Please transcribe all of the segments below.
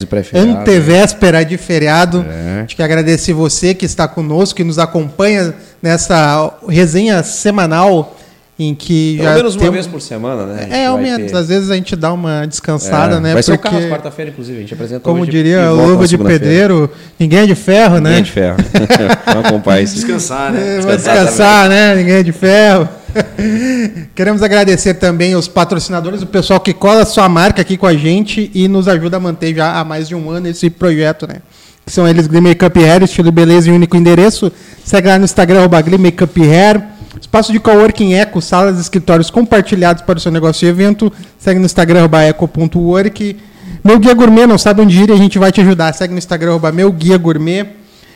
e pré-feriado, Antevéspera de feriado. É. A gente quer agradecer você que está conosco, que nos acompanha nessa resenha semanal em que Pelo já menos uma tem- um- vez por semana, né? A gente É, ao vai menos. ter- Às vezes a gente dá uma descansada, É. né? Vai ser o Porque, Carlos quarta-feira, inclusive. A gente apresenta como hoje diria e o volta na Luva de segunda-feira. Pedreiro, ninguém é de ferro, né? Ninguém é de ferro. Vamos acompanhar isso. Descansar, né? Vai É, descansar, né? Ninguém é de ferro. Queremos agradecer também os patrocinadores, o pessoal que cola sua marca aqui com a gente e nos ajuda a manter já há mais de um ano esse projeto, né? Que são eles Glee Makeup Hair, estilo beleza e único endereço. Segue lá no Instagram, arroba Glee Makeup Hair. Espaço de coworking eco, salas e escritórios compartilhados para o seu negócio e evento. Segue no Instagram, arroba eco.work. Meu Guia Gourmet, não sabe onde ir, e a gente vai te ajudar. Segue no Instagram, arroba Meu Guia Gourmet.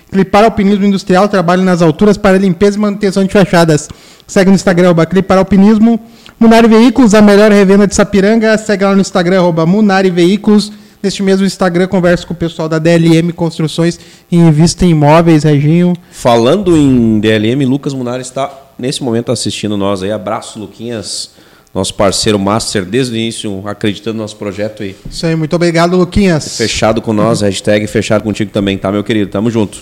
Clipar Alpinismo Industrial, trabalho nas alturas para limpeza e manutenção de fachadas. Segue no Instagram, arroba Clipar Alpinismo. Munari Veículos, a melhor revenda de Sapiranga. Segue lá no Instagram, arroba Munari Veículos. Neste mesmo Instagram, converso com o pessoal da DLM Construções e invista em imóveis, Reginho. Falando em DLM, Lucas Munari está nesse momento assistindo nós aí. Abraço, Luquinhas, nosso parceiro master desde o início, acreditando no nosso projeto e Isso aí, muito obrigado, Luquinhas. fechado com nós, hashtag fechado contigo também, tá, meu querido? Tamo junto.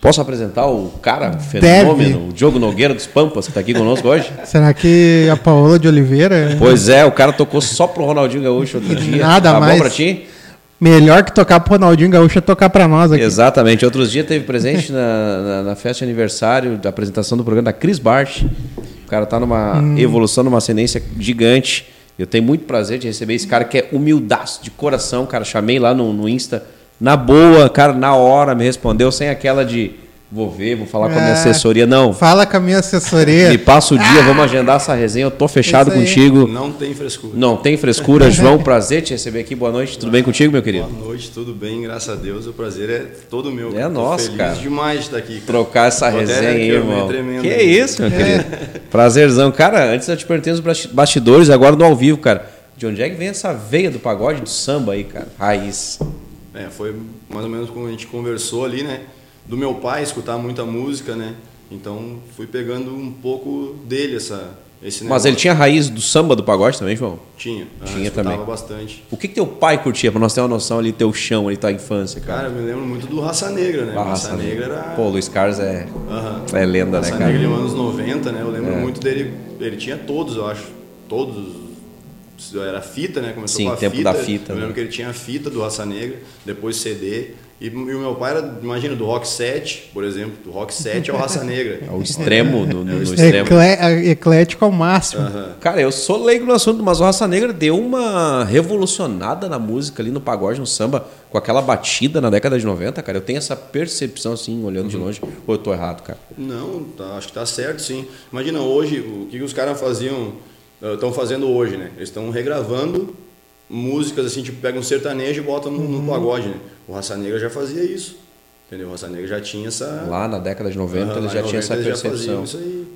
Posso apresentar o cara, o fenômeno, o Diogo Nogueira dos Pampas, que tá aqui conosco hoje? Será que a Paola de Oliveira? Pois é, o cara tocou só pro Ronaldinho Gaúcho outro dia. Nada tá mais. bom pra ti? Melhor que tocar pro Ronaldinho Gaúcho é tocar pra nós aqui. Exatamente. Outros dias teve presente na, na, na festa de aniversário da apresentação do programa da Cris Bart. O cara tá numa Hum. evolução, numa ascendência gigante. Eu tenho muito prazer de receber esse cara que é humildaço de coração, cara. Chamei lá no, no Insta, na boa, cara, na hora me respondeu, sem aquela de vou ver, vou falar com a minha É. assessoria. Não, Fala com a minha assessoria. me passa o dia, vamos agendar essa resenha, eu tô fechado Isso aí. contigo. Não tem frescura. Não tem frescura, João, prazer te receber aqui. Boa noite, tudo bem contigo, meu querido? Boa noite, tudo bem? Graças a Deus, o prazer é todo meu. É Tô nosso, feliz cara. demais de estar aqui. trocar essa Tô até resenha aí, aqui, ó, meio irmão. tremendo. Que isso, meu querido. Prazerzão. Cara, antes eu te perguntei nos basti- bastidores, agora no ao vivo, cara. De onde é que vem essa veia do pagode do samba aí, cara? Raiz. É, foi mais ou menos como a gente conversou ali, né? Do meu pai escutar muita música, né? Então fui pegando um pouco dele essa, esse Mas negócio. ele tinha raiz do samba do pagode também, João? Tinha. Ah, Tinha escutava também. bastante. O que, que teu pai curtia, pra nós ter uma noção ali, teu chão ali, tua infância, cara? Cara, eu me lembro muito do Raça Negra, né? Barraça, Raça né? Negra era... Pô, Luiz Carlos é, Aham. é lenda, né, Raça Negra, ele cara? nos anos 90, né? Eu É. lembro muito dele. Ele tinha todos, eu acho. Todos. Era fita, né? Começou Sim, com a tempo fita. da fita, Eu lembro né? que ele tinha a fita do Raça Negra, depois CD. E, e o meu pai era, imagina, do Rock 7, por exemplo. Do Rock 7 ao Raça Negra. É o extremo, no, no- no extremo. Ecle- eclético ao máximo. Cara, eu sou leigo no assunto, mas o Raça Negra deu uma revolucionada na música ali no pagode, no samba, com aquela batida na década de 90, cara. Eu tenho essa percepção, assim, olhando Uhum. de longe. Ou eu tô errado, cara? Não, tá- acho que tá certo, sim. Imagina hoje, o que, que os caras faziam, estão fazendo hoje, né? Eles estão regravando músicas assim, tipo, pega um sertanejo e bota no, Uhum. no pagode, né? O Raça Negra já fazia isso, entendeu? O Raça Negra já tinha essa... Lá na década de Aham, 90 lá eles em já tinham 90 essa eles já faziam percepção. isso aí.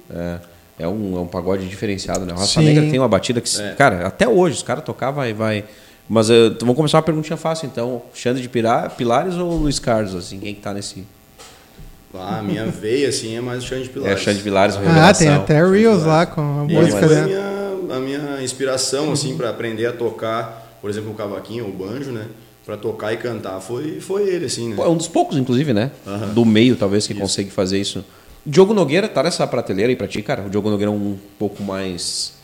É, é, um, é um pagode diferenciado, né? O Raça Sim. Negra tem uma batida que, É. cara, até hoje os caras tocavam vai, vai. Mas eh, então vamos começar uma perguntinha fácil, então. Xandre de Pirá- Pilares ou Luiz Carlos, assim? Quem que tá nesse... Lá, Ah, a minha veia, assim, é mais o Xande É, Pilares. Xande de Pilares, Ah, tem revelação. até Reels lá com a Ele música né? foi a dela. minha, a minha inspiração, assim, para aprender a tocar, por exemplo, o cavaquinho, o banjo, né? Pra tocar e cantar, foi, foi ele, assim, né? Pô, É um dos poucos, inclusive, né? Aham. Do meio, talvez, que consegue fazer isso. Diogo Nogueira tá nessa prateleira aí pra ti, cara. O Diogo Nogueira é um pouco mais.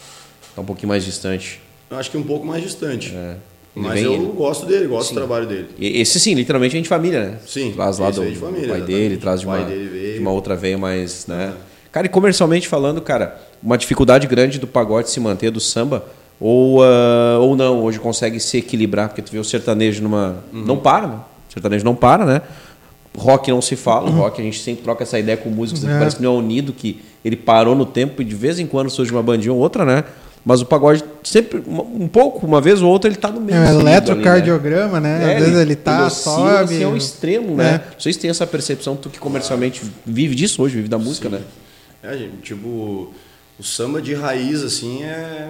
tá um pouquinho mais distante. Eu acho que um pouco mais distante. É. Ele Mas vem- eu ele- gosto dele, gosto do trabalho dele. E- esse sim, literalmente a gente família, né? Sim, Traz lá esse do, é de família, do pai exatamente. dele, traz de O pai uma, dele veio. de uma outra veia mais, né? Cara, e comercialmente falando, cara, uma dificuldade grande do pagode se manter do samba ou, ah, ou não, hoje consegue se equilibrar, porque tu vê o sertanejo numa. Uhum. Não para, né? O sertanejo não para, né? Rock não se fala, rock a gente sempre troca essa ideia com músicos, que É. parece que não é unido, que ele parou no tempo e de vez em quando surge uma bandinha ou outra, né? Mas o pagode sempre, uma- um pouco, uma vez ou outra, ele tá no É meio. um sumido ali, né? eletrocardiograma, né? É, Às vezes ele tá, oscila, sobe. assim, é um extremo, né? Não sei se tem essa percepção, tu que comercialmente vive disso hoje, vive da música, né? É, gente, tipo, o samba de raiz, assim, é.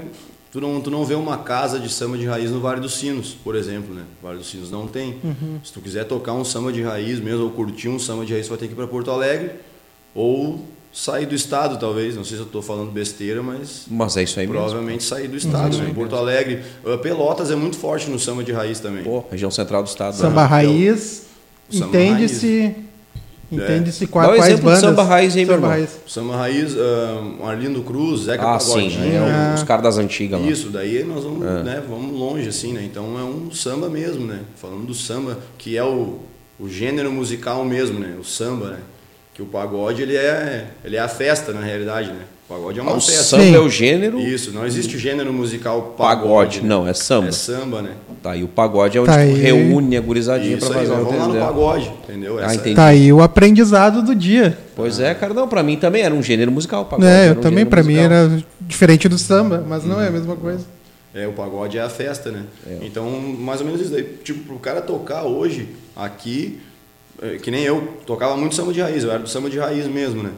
Tu não, tu não vê uma casa de samba de raiz no Vale dos Sinos, por exemplo, né? O Vale dos Sinos não tem. Uhum. Se tu quiser tocar um samba de raiz mesmo, ou curtir um samba de raiz, tu vai ter que ir pra Porto Alegre, ou sair do estado, talvez. Não sei se eu estou falando besteira, mas Mas é isso aí mesmo. Uhum. provavelmente sair do estado. né? Porto Alegre. Uh, Pelotas é muito forte no samba de raiz também. Pô, região central do estado. Samba né? raiz, Samba entende-se. Entende-se qua- Dá um quais exemplo de bandas. samba raiz aí, meu irmão. Samba raiz, uh, Arlindo Cruz, Zeca Ah, sim. Pagodinho. aí é né? o- os caras das antigas lá. Isso, daí nós vamos, É. né, vamos longe, assim, né? Então é um samba mesmo, né? Falando do samba, que é o, o gênero musical mesmo, né? O samba, né? Que o pagode, ele é, ele é a festa, na realidade, né? O pagode é Ah, uma O festa. samba Sim. é o gênero, Isso, não existe o gênero musical pagode. pagode. né? Não, é samba. É samba, né? Tá, e o pagode é onde Tá tipo, aí. reúne a gurizadinha Isso é pra aí, fazer nós uma vamos lá no tendela. pagode, entendeu? Ah, Essa- entendi. Tá aí o aprendizado do dia. Pois é, cara. Não, pra mim também era um gênero musical. o Pagode né? era eu um também, gênero pra mim, musical. era diferente do samba, mas não é a mesma coisa. É, o pagode é a festa, né? Então, mais ou menos isso daí. Tipo, pro cara tocar hoje, aqui, é, que nem eu, tocava muito samba de raiz, eu era do samba de raiz mesmo, né?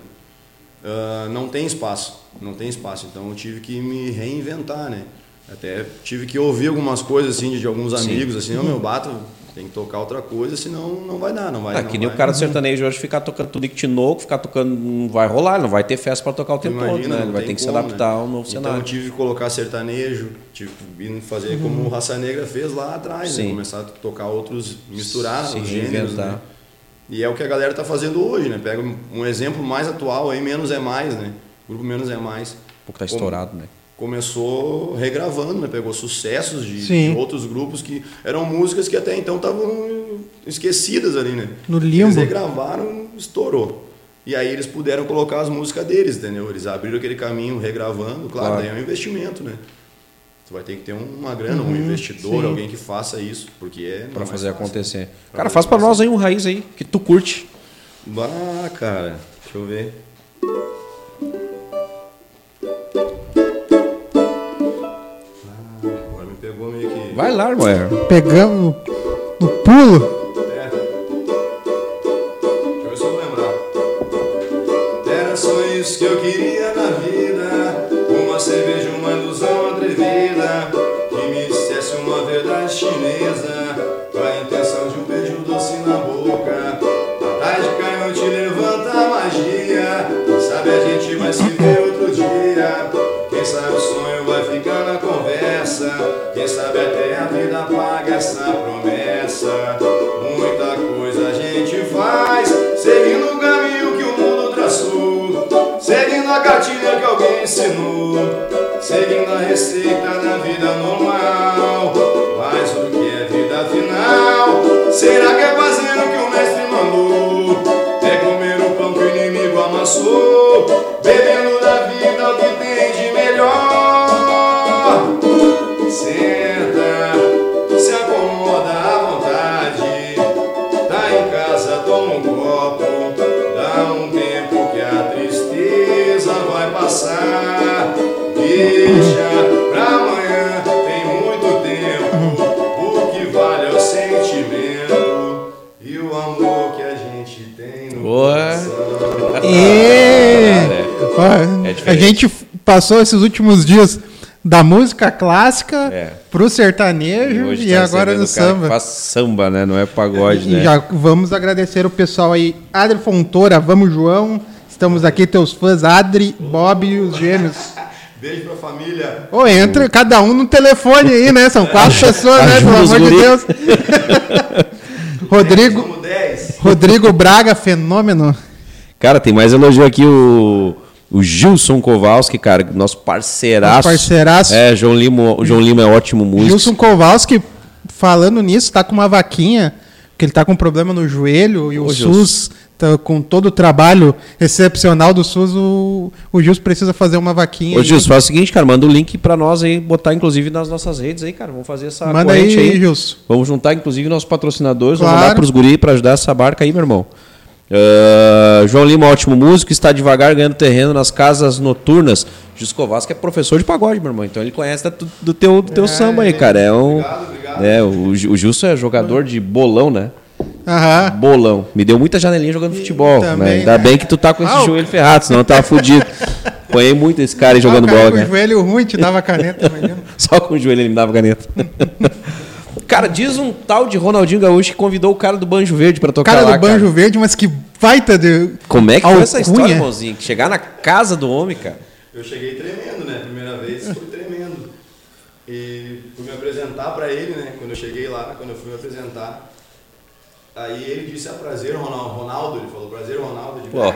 Ah, não tem espaço, não tem espaço. Então eu tive que me reinventar, né? Até tive que ouvir algumas coisas assim de, de alguns amigos, assim, ô meu bato, tem que tocar outra coisa, senão não vai dar, não vai Ah, não que nem vai. o cara do sertanejo hoje ficar tocando tudo que tinoco, ficar tocando, não vai rolar, ele não vai ter festa pra tocar o tempo todo, né? Ele não vai tem ter que se como, adaptar né? ao novo então, cenário. Uhum. eu tive que colocar sertanejo, tive que ir fazer como o Raça Negra fez lá atrás, né? Sim. Começar a tocar outros, misturar Se os gêneros, reinventar. né? E é o que a galera tá fazendo hoje, né? Pega um- um exemplo mais atual aí, Menos é Mais, né? O grupo Menos é Mais. Porque tá Como- estourado, né? Começou regravando, né? Pegou sucessos de, Sim. de outros grupos que eram músicas que até então estavam esquecidas ali, né? No limbo. Eles regravaram, estourou. E aí eles puderam colocar as músicas deles, entendeu? Eles abriram aquele caminho regravando, claro, Claro. daí é um investimento, né? Tu vai ter que ter uma grana, um investidor, Uhum. sim. alguém que faça isso, porque é. não Pra é fazer fácil. acontecer. Pra Cara, fazer faz pra acontecer. nós aí um raiz aí, que tu curte. Bah, cara, deixa eu ver. Ah, Agora me pegou meio que. Vai lá, irmão. é. Pegamos no pulo. É. Deixa eu ver se eu vou lembrar. Era só isso que eu queria na vida. Uma cerveja, uma ilusão atrevida. Que me dissesse uma verdade chinesa. Com a intenção de um beijo doce na boca. A tarde caiu, te levanta a magia. Quem sabe a gente vai se ver outro dia. Quem sabe o sonho vai ficar na conversa. Quem sabe até a vida paga essa promessa. Muita coisa a gente faz, seguindo o caminho que o mundo traçou, seguindo a cartilha que alguém ensinou, seguindo a receita da vida normal. Mas o que é vida final? Será que é fazer o que o mestre mandou? É comer o pão que o inimigo amassou, bebendo da vida o que tem de melhor. Senta, se acomoda à vontade. Tá em casa, toma um copo. Dá um tempo que a tristeza vai passar. Deixa pra amanhã, tem muito tempo. O que vale é o sentimento e o amor que a gente tem no Ué. coração. E... Ó, É É. a diferente. gente f- passou esses últimos dias da música clássica É. pro sertanejo hoje e, tá recebendo o cara agora no que samba. Faz samba, né? Não é pagode, E né? já vamos agradecer o pessoal aí. Adri Fontoura, vamos, João. Estamos aqui, teus fãs, Adri, Bob e os gêmeos. Beijo pra família. Ô, entra cada um no telefone aí, né? São quatro pessoas, né? Pelo Ajuda os amor de guri. Deus. Rodrigo, Somos 10. Rodrigo Braga, fenômeno. Cara, tem mais elogio aqui o, o Gilson Kowalski, cara, nosso parceiraço. Nosso parceiraço. É, João Lima, o João Lima é ótimo músico. Wilson Kowalski, falando nisso, tá com uma vaquinha, porque ele tá com um problema no joelho e o Ô, Gilson. SUS, tá com todo o trabalho excepcional do SUS, o, o Gilson precisa fazer uma vaquinha. Ô, aí. Gilson, faz o seguinte, cara, manda o link pra nós aí, botar inclusive nas nossas redes aí, cara. Vamos fazer essa Manda aí, corrente aí. Gilson. Vamos juntar, inclusive, nossos patrocinadores, Claro. vamos mandar pros guri pra ajudar essa barca aí, meu irmão. Ah, João Lima, ótimo músico, está devagar ganhando terreno nas casas noturnas. Jusco Vasco é professor de pagode, meu irmão. Então ele conhece da- do, do teu, do teu samba aí, cara. É um, Obrigado, obrigado. É, o, Gi- o Gilson é jogador de bolão, né? Aham. Bolão. Me deu muita janelinha jogando futebol. também, né? Ainda né? bem que tu tá com esse Ah, o- joelho ferrado, senão eu tava fudido. Apanhei muito esse cara aí Ah, o jogando cara bola, né? com o cara. joelho ruim te dava caneta, imagina. Só com o joelho ele me dava caneta. Cara, diz um tal de Ronaldinho Gaúcho que convidou o cara do Banjo Verde pra O tocar cara lá, do Banjo Verde, mas que baita de. Como é que foi essa alcunha. história, irmãozinho? Que chegar na casa do homem, cara. Eu cheguei tremendo, né? Primeira vez foi tremendo. E fui me apresentar pra ele, né? Quando eu cheguei lá, quando eu fui me apresentar. Aí ele disse, ah, prazer, Ronaldo. Ronaldo, ele falou, prazer, Ronaldo. Eu digo, Pô. "Ah,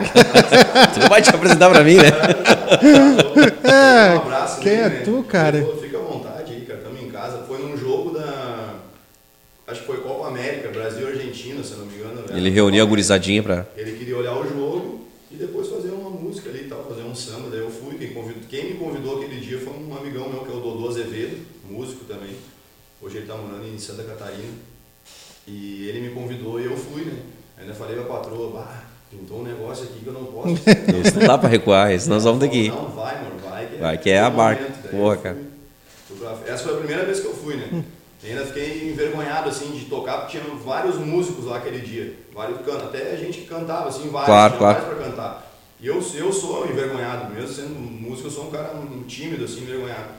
tá Tu não vai te apresentar pra mim, né? bom." É, Um abraço quem nele, é tu, cara? Ele falou, Fica à vontade aí, cara, tamo em casa. Foi num jogo da... Acho que foi Copa América, Brasil e Argentina, se eu não me engano. né? Ele reuniu a gurizadinha pra. Ele queria olhar o jogo e depois fazer uma música ali e tal, fazer um samba. Daí eu fui, quem, convidou, quem me convidou aquele dia foi um amigão meu, que é o Dodô Azevedo, músico também. Hoje ele tá morando em Santa Catarina. E ele me convidou e eu fui, né? Ainda falei pra patroa, bah, pintou um negócio aqui que eu não posso. Isso não dá pra recuar, isso nós vamos daqui. Não, vai, mano, vai. Que Vai que é a momento. barca. Daí Porra, eu fui. cara. Hum. Fui pra- Essa foi a primeira vez que eu fui, né? E ainda fiquei envergonhado, assim, de tocar, porque tinha vários músicos lá aquele dia. Vários cantos, até gente que cantava, assim, vários, Claro, tinha claro. vários pra cantar. E eu, eu sou envergonhado, mesmo sendo músico, eu sou um cara um tímido, assim, envergonhado.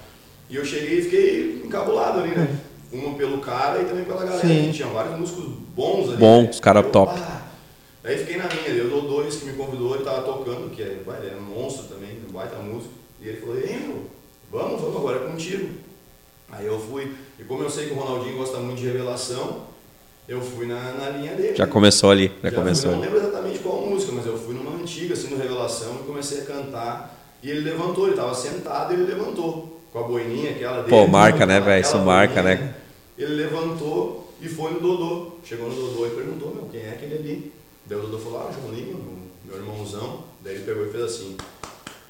E eu cheguei e fiquei encabulado ali, né? Uma pelo cara e também pela galera. Sim. E Tinha vários músicos bons ali. Bons, né? os cara Eu, top. "Ah, Aí fiquei na minha, eu dou dois que me convidou, ele tava tocando, que é, vai, ele é um monstro também, um baita músico. E ele falou, ei meu, vamos, vamos agora é contigo. Aí eu fui, e como eu sei que o Ronaldinho gosta muito de revelação, eu fui na, na linha dele. Já começou ali, já fui, começou Não ali. lembro exatamente qual música, mas eu fui numa antiga, assim, no Revelação, e comecei a cantar. E ele levantou, ele tava sentado e ele levantou. Com a boininha aquela dele. Pô, marca, né, aquela velho? Isso marca, boininha. né? Ele levantou e foi no Dodô. Chegou no Dodô e perguntou, meu, quem é aquele ali? Daí o Dodô falou, ah, o Juninho, meu- meu irmãozão. Daí ele pegou e fez assim.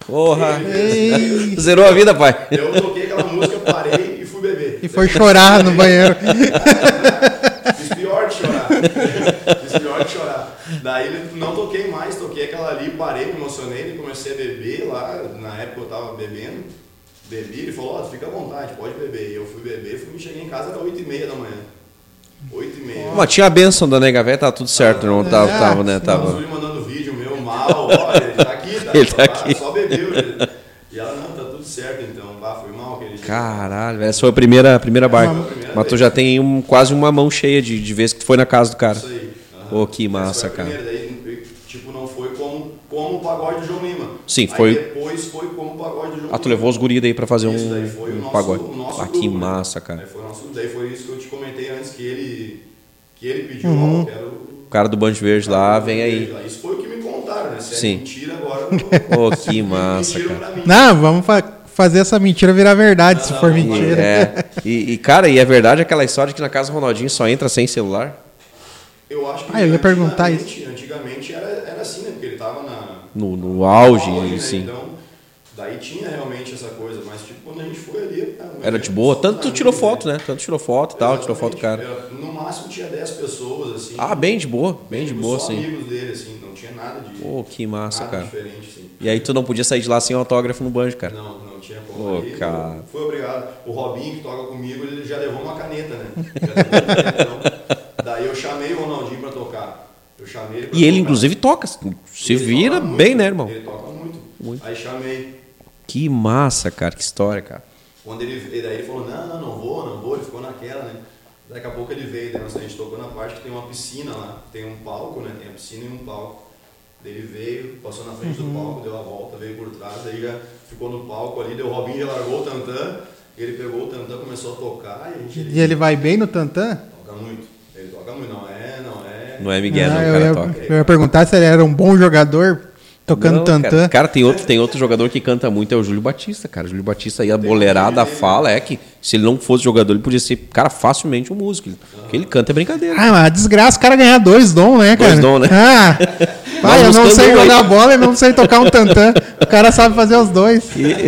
Porra! Ei. Zerou a vida, pai. Eu toquei aquela música, parei e fui beber. E foi chorar no banheiro. Fiz pior de chorar. Fiz pior de chorar. Daí ele- não toquei mais, toquei aquela ali, parei, me emocionei, e comecei a beber lá. Na época eu tava bebendo. Bebi, ele falou, ó, fica à vontade, pode beber. E eu fui beber, fui, cheguei em casa, era 8 e meia da manhã. 8 e meia. Mas tinha a benção da nega velha, tá tudo certo, irmão. Tava, Ah, tava, né? sim. O Tava. Zúlio mandando vídeo meu mal, olha, ele tá aqui, tá, Ele tá Ah, aqui. só bebeu. ele. E ela, não, tá tudo certo então, bah, foi mal aquele dia. Caralho, essa foi a primeira, a primeira barca. Foi a primeira Mas tu vez. já tem um, quase uma mão cheia de, de vezes que tu foi na casa do cara. Isso aí. aham. Pô, que Essa foi a massa, cara. primeira, daí, tipo, não foi como, como o pagode do João Lima. Sim, Aí foi- depois foi como o pagode do João Ah, tu levou os guris daí pra fazer Isso daí um, foi o um nosso- pagode. o nosso Ah, que grupo, né? massa, cara. Daí foi, o nosso, daí foi isso que eu te comentei antes, que ele, que ele pediu, Uhum. ó, eu quero... O cara do Banjo Verde lá, vem aí. Isso foi o que me contaram, né? Se é Sim. mentira agora... Pô, que massa, mentira cara. pra mim. Não, vamos fa- fazer essa mentira virar verdade, se for E, mentira. é, e, e, cara, e é verdade aquela história que na casa do Ronaldinho só entra sem celular? Eu acho que Ah, eu ia perguntar isso. antigamente- Antigamente era, era assim, né? Porque ele tava na... No, no auge, assim. né? sim. Então, daí tinha realmente essa coisa, mas tipo, quando a gente foi ali... cara, é Era de boa. Tanto tu tirou foto, né? Tanto tirou foto e tal, tirou foto, Exatamente. cara. Era- No máximo tinha 10 pessoas, assim. Ah, bem de boa, bem de tipo, boa, só sim. amigos dele, assim, não tinha nada de... Pô, que massa, nada cara. diferente, assim. E aí tu não podia sair de lá sem autógrafo no banjo, cara. Não, não tinha como. Pô, Aí eu cara. Fui obrigado. O Robinho, que toca comigo, ele já levou uma caneta, né? Já levou uma caneta, então. Daí eu chamei o Ronaldinho pra tocar. Eu chamei ele pra E ele, tocar. inclusive, toca. Se Ele vira toca muito, bem, né, irmão? Ele toca muito. Aí chamei. Que massa, cara. Que história, cara. Quando ele, e daí ele falou, não, não, não vou, não vou, ele ficou naquela, né? Daqui a pouco ele veio, daí nós- a gente tocou na parte que tem uma piscina lá, tem um palco, né? Tem a piscina e um palco. Daí ele veio, passou na frente Uhum. do palco, deu a volta, veio por trás, daí já ficou no palco ali, deu o Robinho, já largou o tantã, ele pegou o tantã, começou a tocar e a gente E ele vai bem no Tantan? toca muito. Ele toca muito, não é, não é. Não é Miguel, Ah, não, o eu, cara ia, toca. eu ia perguntar se ele era um bom jogador tocando Não, Tantan. Cara, cara tem, outro, tem outro jogador que canta muito, é o Júlio Batista, cara. O Júlio Batista aí, a boleirada, a fala é que se ele não fosse jogador, ele podia ser, cara, facilmente um músico. Ele- Porque ele canta é brincadeira. Ah, mas desgraça o cara ganhar dois dom, né, cara? Dois dom, né? Ah, vai, eu não buscando sei um jogar aí. bola e não sei tocar um tantã. O cara sabe fazer os dois.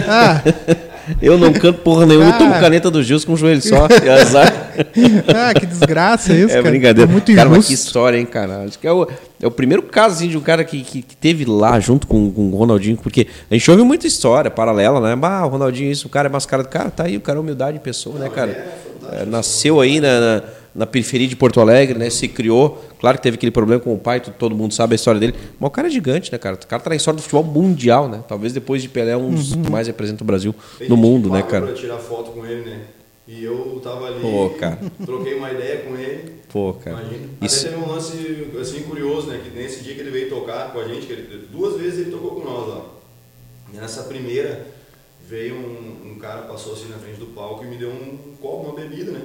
Ah, Eu não canto porra nenhuma, eu tomo Ah. caneta do Gilson com o joelho só. É azar. ah, que desgraça isso, É cara. brincadeira. É muito cara, mas injusto. que história, hein, cara? Acho que é o, é o primeiro caso assim, de um cara que, que, que teve lá junto com, com o Ronaldinho, porque a gente ouve muita história paralela, né? Bah, o Ronaldinho, isso, o cara é mascarado. Cara, tá aí, o cara é humildade de pessoa, né, cara? É, nasceu aí na, na, na periferia de Porto Alegre, né? Se criou. Claro que teve aquele problema com o pai, tu- todo mundo sabe a história dele. Mas o cara é gigante, né, cara? O cara tá na história do futebol mundial, é Uhum. né? Talvez depois de Pelé, um dos que mais representa o Brasil Tem no gente que mundo, né, paga cara? Pra tirar foto com ele, né? E eu tava ali, Pô, cara. troquei uma ideia com ele. Pô, cara. Imagina. Isso- Até teve um lance assim curioso, né? Que nesse dia que ele veio tocar com a gente, que ele- duas vezes ele tocou com nós lá. E nessa primeira veio um, um cara, passou assim na frente do palco e me deu um copo, uma bebida, né?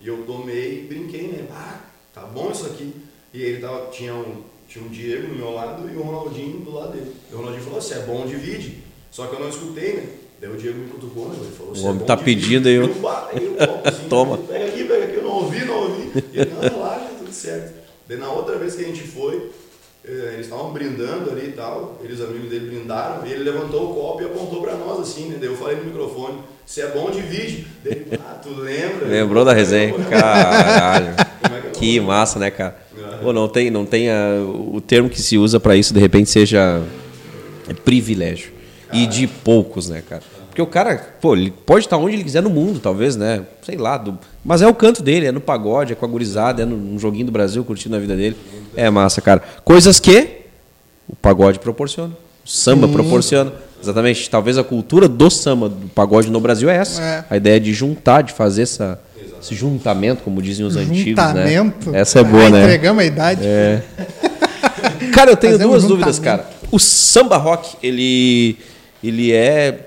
E eu tomei e brinquei, né? Ah, tá bom isso aqui. E ele tava, tinha um, tinha um Diego do meu lado e o Ronaldinho do lado dele. E o Ronaldinho falou, se é bom, divide. Só que eu não escutei, né? Daí o Diego me cutucou, né? Ele falou, "Se é homem bom, tá divide." pedindo aí, Eu ó. pá, aí o copo assim, Toma. Pega aqui, pega aqui, eu não ouvi, não ouvi. E ele, não, relaxa, tudo certo. Daí na outra vez que a gente foi, eh, eles estavam brindando ali e tal, eles amigos dele brindaram, e ele levantou o copo e apontou pra nós assim, né? Daí eu falei no microfone, se é bom, divide. Daí, ele, ah, tu lembra? Lembrou da resenha? "Ah, Caralho. Como é que eu não Que massa, né, cara? É. Ou não tem, não tem a- o termo que se usa pra isso, de repente, seja é privilégio. E de poucos, né, cara? Porque o cara, pô, ele pode estar onde ele quiser no mundo, talvez, né? Sei lá. do- Mas é o canto dele, é no pagode, é com a gurizada, é no- num joguinho do Brasil, curtindo a vida dele. É massa, cara. Coisas que o pagode proporciona. O samba proporciona. Exatamente. Talvez a cultura do samba, do pagode no Brasil é essa. É. A ideia de juntar, de fazer essa, esse juntamento, como dizem os antigos, né? Juntamento. Essa é boa, Ah, né? Entregamos a idade. Cara, eu tenho Fazer um duas dúvidas, cara. juntamento. O samba rock, ele ele é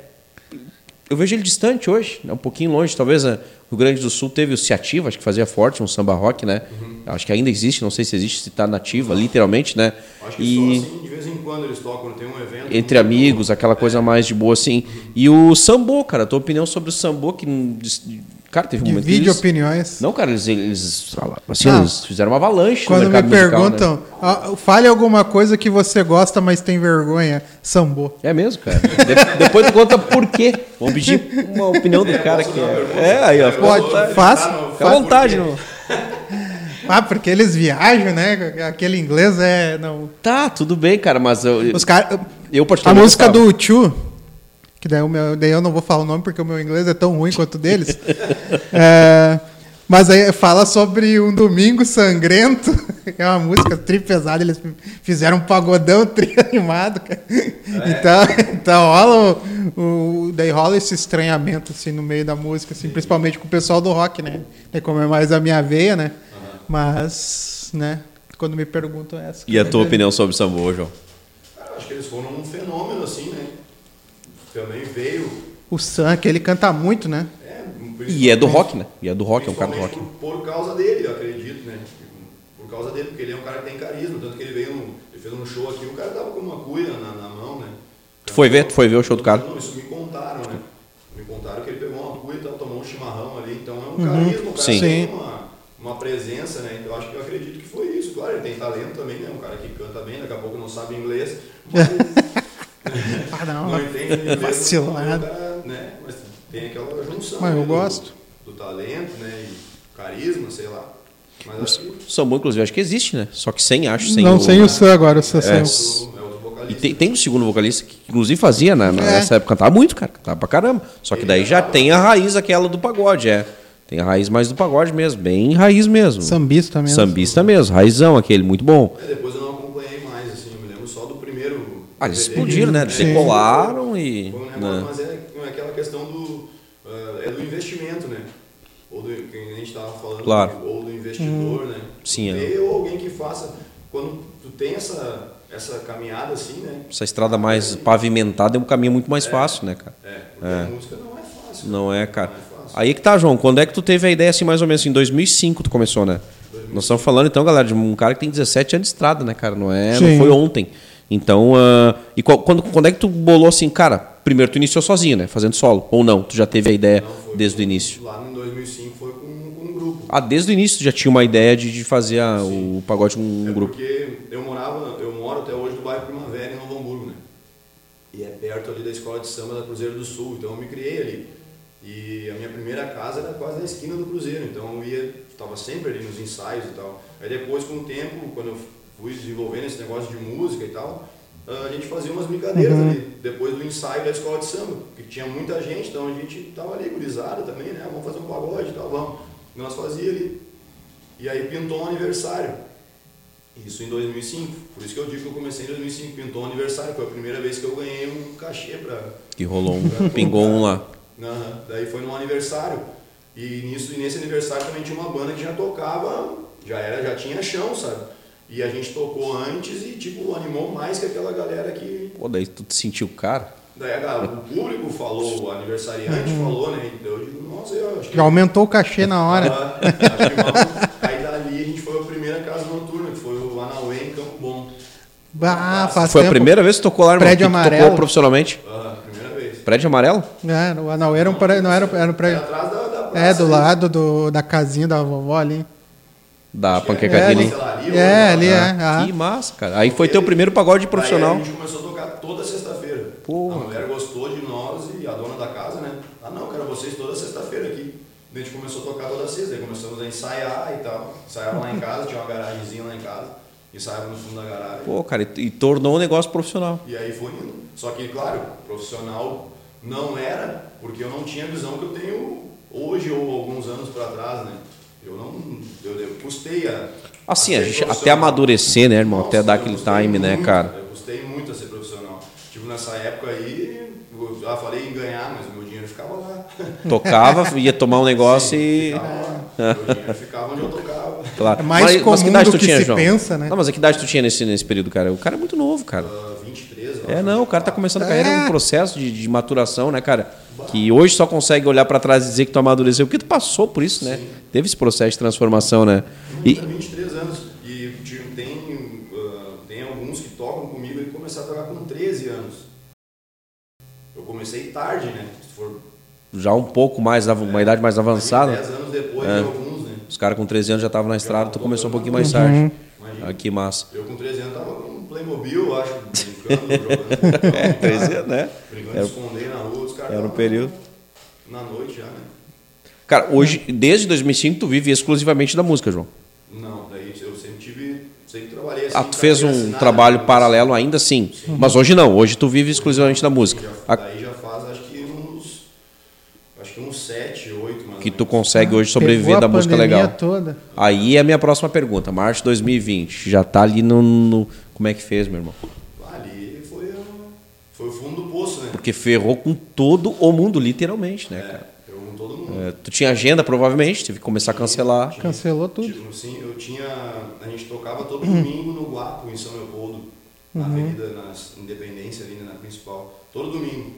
eu vejo ele distante hoje, né? um pouquinho longe, talvez. Né? O Rio Grande do Sul teve o Ciativa, acho que fazia forte um samba rock, né? Uhum. Acho que ainda existe, não sei se existe, se está nativa, literalmente, né? Acho que só assim, de vez em quando eles tocam, tem um evento. entre amigos, aquela coisa mais de boa assim. E o Sambô, cara, tua opinião sobre o Sambô que hum, dis- cara, teve um momento que Divide eles- opiniões. Não, cara, eles eles, fala- assim, Ah. eles fizeram uma avalanche Quando no me mercado musical, né? perguntam, "Ah, fale alguma coisa que você gosta, mas tem vergonha. Sambô. É mesmo, cara. De- depois tu conta por quê. Vamos pedir uma opinião do cara que é. É, aí, ó. Pode, Fica faça. Fica à vontade, não. Ah, porque eles viajam, né? Aquele inglês é. Não. Tá, tudo bem, cara, mas eu, Os caras. eu A particularmente. música gostava. do Tchu, que daí, o meu, daí eu não vou falar o nome porque o meu inglês é tão ruim quanto o deles. É, mas aí fala sobre um domingo sangrento. É uma música tri pesada, eles fizeram um pagodão tri animado, cara. É. Então, então rola o, o- daí rola esse estranhamento assim no meio da música, assim, principalmente com o pessoal do rock, né? Daí Como é mais a minha veia, né? Mas, né, quando me perguntam essa. E a tua opinião sobre o Sambô, João? Cara, acho que eles foram um fenômeno, assim, né? Também veio. O Sam, que ele canta muito, né? É, E é do rock, né? E é do rock, é um cara do rock. Principalmente Por, por causa dele, eu acredito, né? Por causa dele, porque ele é um cara que tem carisma, tanto que ele veio, um- ele fez um show aqui, o cara tava com uma cuia na, na mão, né? Tu foi ver? Tu foi ver o show do cara? Não, isso me contaram, né? Me contaram que ele pegou uma cuia e tal, tomou um chimarrão ali, então é um carisma, o cara Sim. tem Sim. uma, uma presença, né? Eu acho que eu acredito que foi isso. Claro, ele tem talento também, né? Um cara que canta bem, daqui a pouco não sabe inglês, mas Ah, não entende inglês, mas Vacilado. o cara, né? Mas tem aquela junção. Mas eu né, do- gosto. Do, talento, né? E carisma, sei lá. Mas acho que O Sambô, inclusive, acho que existe, né? Só que sem, acho, sem. não, o- sem o Sam agora, o Sam É. sem é outro, é outro E vocalista. tem, tem um segundo vocalista que, inclusive, fazia na, na- É. nessa época. Cantava muito, cara. Cantava pra caramba. Só que daí já tem a raiz aquela do pagode, é. Tem a raiz mais do pagode mesmo. Bem raiz mesmo. o sambista mesmo. Sambista mesmo. Raizão aquele, muito bom. É, depois eu não acompanhei mais, assim, eu me lembro só do primeiro. Ah, eles CD que- explodiram, né? Sim. Decolaram e... Foi um negócio, né? mas é, é aquela questão do. ah, é do investimento, né? Ou do que a gente estava falando, né? Claro. ou do Hum. investidor, né? Sim, é. Ter ou alguém que faça. Quando tu tem essa, essa caminhada assim, né? Essa estrada mais pavimentada é um caminho muito mais fácil, né, cara? É, porque a música não é fácil. Não é, cara. Não é fácil. Aí que tá, João. Quando é que tu teve a ideia, assim, mais ou menos, em 2005 tu começou, né? Nós estamos falando, então, galera, de um cara que tem 17 anos de estrada, né, cara? Não é? Não Sim. foi ontem. Então, ah, e qual- quando, quando é que tu bolou assim, cara? Primeiro tu iniciou sozinho, né? Fazendo solo. Ou não? Tu já teve a ideia Não, foi desde o com- início? Lá em 2005 foi com, com um grupo. Ah, desde o início tu já tinha uma ideia de, de fazer a- o pagode com um é grupo. porque eu morava, eu moro até hoje no bairro Primavera, em Novo Hamburgo, né? E é perto ali da escola de samba da Cruzeiro do Sul, então eu me criei ali. E a minha primeira casa era quase na esquina do Cruzeiro, então eu ia, estava sempre ali nos ensaios e tal. Aí depois, com o tempo, quando eu fui desenvolvendo esse negócio de música e tal, ah, a gente fazia umas brincadeiras Uhum. ali, depois do ensaio da escola de samba, que tinha muita gente, então a gente tava ali, gurizada também, né? Vamos fazer um pagode e tal, vamos. Nós fazia ali. E aí pintou um aniversário. Isso em 2005. Por isso que eu digo que eu comecei em 2005, pintou um aniversário. Foi a primeira vez que eu ganhei um cachê né? para. Que rolou um. Pingou um lá. Daí foi num aniversário. E nisso, e nesse aniversário também tinha uma banda que já tocava, já era, já tinha chão, sabe? E a gente tocou antes e tipo animou mais que aquela galera que Pô, daí tu te sentiu cara? daí a galera- o público falou, o aniversariante falou, né? E eu digo, nossa, eu acho que Já aumentou o cachê na hora. Ah, acho que vamos. Aí dali a gente foi a primeira casa noturna, que foi o Anauê em Campo Bom. Ah, faz Foi tempo. a primeira vez que tu tocou lá, irmão? Prédio que tu amarelo. tocou profissionalmente? Ah, primeira vez. Prédio amarelo? É, não, não, era um prédio, não era, um- era um Era prédio. É atrás da, da praça. É, do ali. lado do, da casinha da vovó ali. Da É, panquecadinha ali. ali. Pastelaria, É, né? ali, é. Ah, ah. Que massa, cara. Aí foi teu primeiro pagode Daí profissional. a gente começou a tocar toda sexta-feira. Porra. A mulher gostou de nós e a dona da casa, né? Ah, não, quero vocês toda sexta-feira aqui. Daí A gente começou a tocar toda sexta, aí começamos a ensaiar e tal. Ensaiava lá em casa, tinha uma garagemzinha lá em casa. Ensaiava no fundo da garagem. Pô, cara, e, e tornou um negócio profissional. E aí foi indo. Só que, claro, profissional não era, porque eu não tinha a visão que eu tenho hoje ou alguns anos para trás, né? Eu não. Eu, eu custei a. Assim, a ser gente até profissional. amadurecer, né, irmão? até Nossa, dar eu aquele custei time, né, muito, cara? Eu custei muito a ser profissional. Tipo, nessa época aí, eu já falei em ganhar, mas o meu dinheiro ficava lá. Tocava, ia tomar um negócio e. Ficava lá. Meu dinheiro ficava onde eu tocava. Claro. É mais comum do que se pensa, né? Não, mas que idade tu tinha nesse, nesse período, cara? O cara é muito novo, cara. Ah, 23, eu É, acho. não, o cara tá começando a carreira, é um É. processo de, de maturação, né, cara? Que hoje só consegue olhar pra trás e dizer que tu amadureceu, porque tu passou por isso, né? Teve esse processo de transformação, né? Tem E, 23 anos e tipo, tem, ah, tem alguns que tocam comigo e começaram a tocar com 13 anos. Eu comecei tarde, né? Se for já um pouco mais, av- uma idade mais avançada, 10 anos depois É. de alguns, né? os caras com 13 anos já estavam na estrada, tu começou um pouquinho mais Uhum. tarde. Imagina. Ah, que massa. Eu com 13 anos tava com um Playmobil, eu acho, brincando, jogando. É, 13 anos, né? Brincando, Era, esconder na rua, os caras era um tavam período. Na noite já, né? Cara, hoje, desde 2005, tu vive exclusivamente da música, João. Não, daí eu sempre tive. Sempre trabalhei assim. Ah, tu fez carteira um assinada, trabalho né? paralelo ainda sim. Mas hoje não, hoje tu vive exclusivamente da música. Ah. Já, A, daí já faz acho que uns. Acho que uns 7, 8, mais que ou tu menos. consegue hoje Ah, Pegou sobreviver a da música pandemia legal. toda. Aí é a minha próxima pergunta. Março de 2020, já tá ali no, no- Como é que fez, meu irmão? Ali foi, o- foi o fundo do poço, né? Porque ferrou com todo o mundo, literalmente, né, cara? É, eu com todo mundo. É, tu tinha agenda, provavelmente, teve que começar a cancelar. Cancelou tudo. Tipo, sim, eu tinha. A gente tocava todo domingo no Guapo, em São Leopoldo, na Uhum. Avenida nas Independência, ali na principal. Todo domingo.